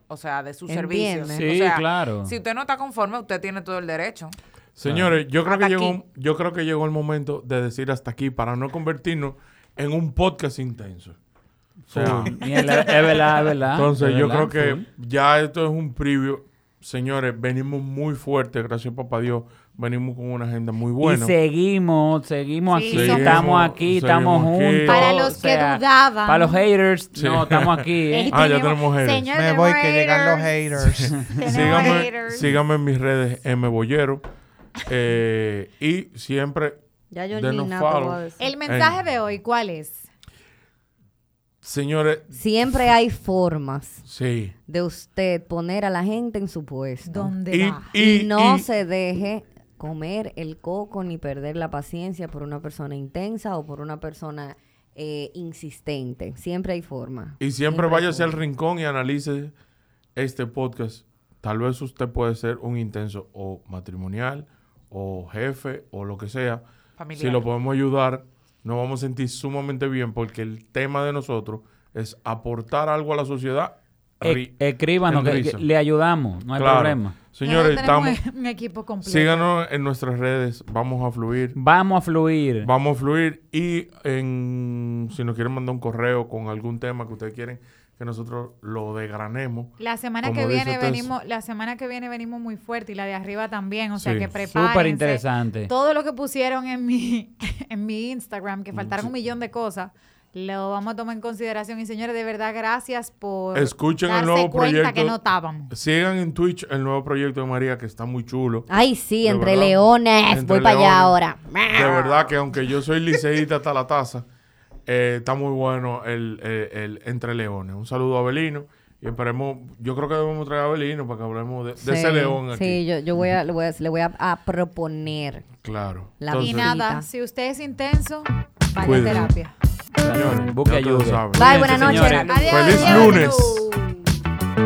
O sea, de sus
Entiende.
servicios.
Sí,
o sea,
claro.
Si usted no está conforme, usted tiene todo el derecho.
Señores, yo creo, que
Hasta
llegó,
aquí.
yo creo que llegó el momento de decir hasta aquí para no convertirnos en un podcast intenso. O sea,
Mierda, es verdad, es verdad.
Entonces,
es
yo
Ah, verdad,
creo que
full.
ya esto es un preview. Señores, venimos muy fuerte, gracias papá Dios. Venimos con una agenda muy buena.
Y seguimos, seguimos
Sí,
aquí,
somos-
estamos aquí,
Seguimos
estamos
aquí.
juntos.
Para los que dudaban.
Para los haters,
Sí.
no, estamos aquí.
Eh,
¿eh?
Ah, ya tenemos haters.
Señor,
Me
tenemos
voy, que llegan los
haters.
haters.
Tenemos
Síganme,
haters.
síganme en mis redes M Bollero. Eh, y siempre
Ya yo
denos
ni nada te voy a
follow.
decir.
El mensaje de hoy, ¿cuál es?
Señores,
Siempre hay formas
sí.
de usted poner a la gente en su puesto.
¿Dónde
Y,
va?
y-
Y no
y-
se deje comer el coco ni perder la paciencia por una persona intensa o por una persona eh, insistente. Siempre hay forma.
y siempre váyase al rincón y analice este podcast. Tal vez usted puede ser un intenso o matrimonial o jefe o lo que sea.
Familiar.
Si lo podemos ayudar, nos vamos a sentir sumamente bien porque el tema de nosotros es aportar algo a la sociedad.
E-
Ri-
escríbanos, que,
Enrizo.
que le ayudamos, no hay
Claro.
problema.
Señores,
Nosotros tenemos
estamos.
un equipo completo.
Síganos en nuestras redes. Vamos a fluir.
Vamos a fluir.
Vamos a fluir. Y en, si nos quieren mandar un correo con algún tema que ustedes quieren que nosotros lo degranemos.
La semana
Como
que
dice
viene
Tess.
venimos, la semana que viene venimos muy fuerte y la de arriba también, o sea
Sí.
que prepárense.
Súper interesante.
Mm,
Todo lo que pusieron en mi en mi Instagram, que faltaron un millón de cosas, Lo vamos a tomar en consideración. Y señores, de verdad, gracias por
Escuchen el
darse
nuevo
cuenta
proyecto.
que notábamos.
Sigan en Twitch el nuevo proyecto de María que está muy chulo.
Ay, sí,
De
entre
verdad.
leones.
Entre
Voy para allá
leones.
ahora.
De verdad que aunque yo soy liceísta hasta la taza, eh, está muy bueno el, el- el Entre Leones. Un saludo a Belino. Y esperemos, yo creo que debemos traer a Belino para que hablemos de, de ese
Sí,
león aquí.
Sí, yo, yo voy a, le, voy a, le voy a- a proponer.
Claro.
La
Y
Entonces,
nada,
Señorita.
si usted es intenso, vaya a
Cuídense.
terapia.
señores,
Busque
ya ustedes
ayuda.
saben.
Bye, buenas
Cuídense,
noches.
señores.
Adiós.
Feliz
adiós.
lunes.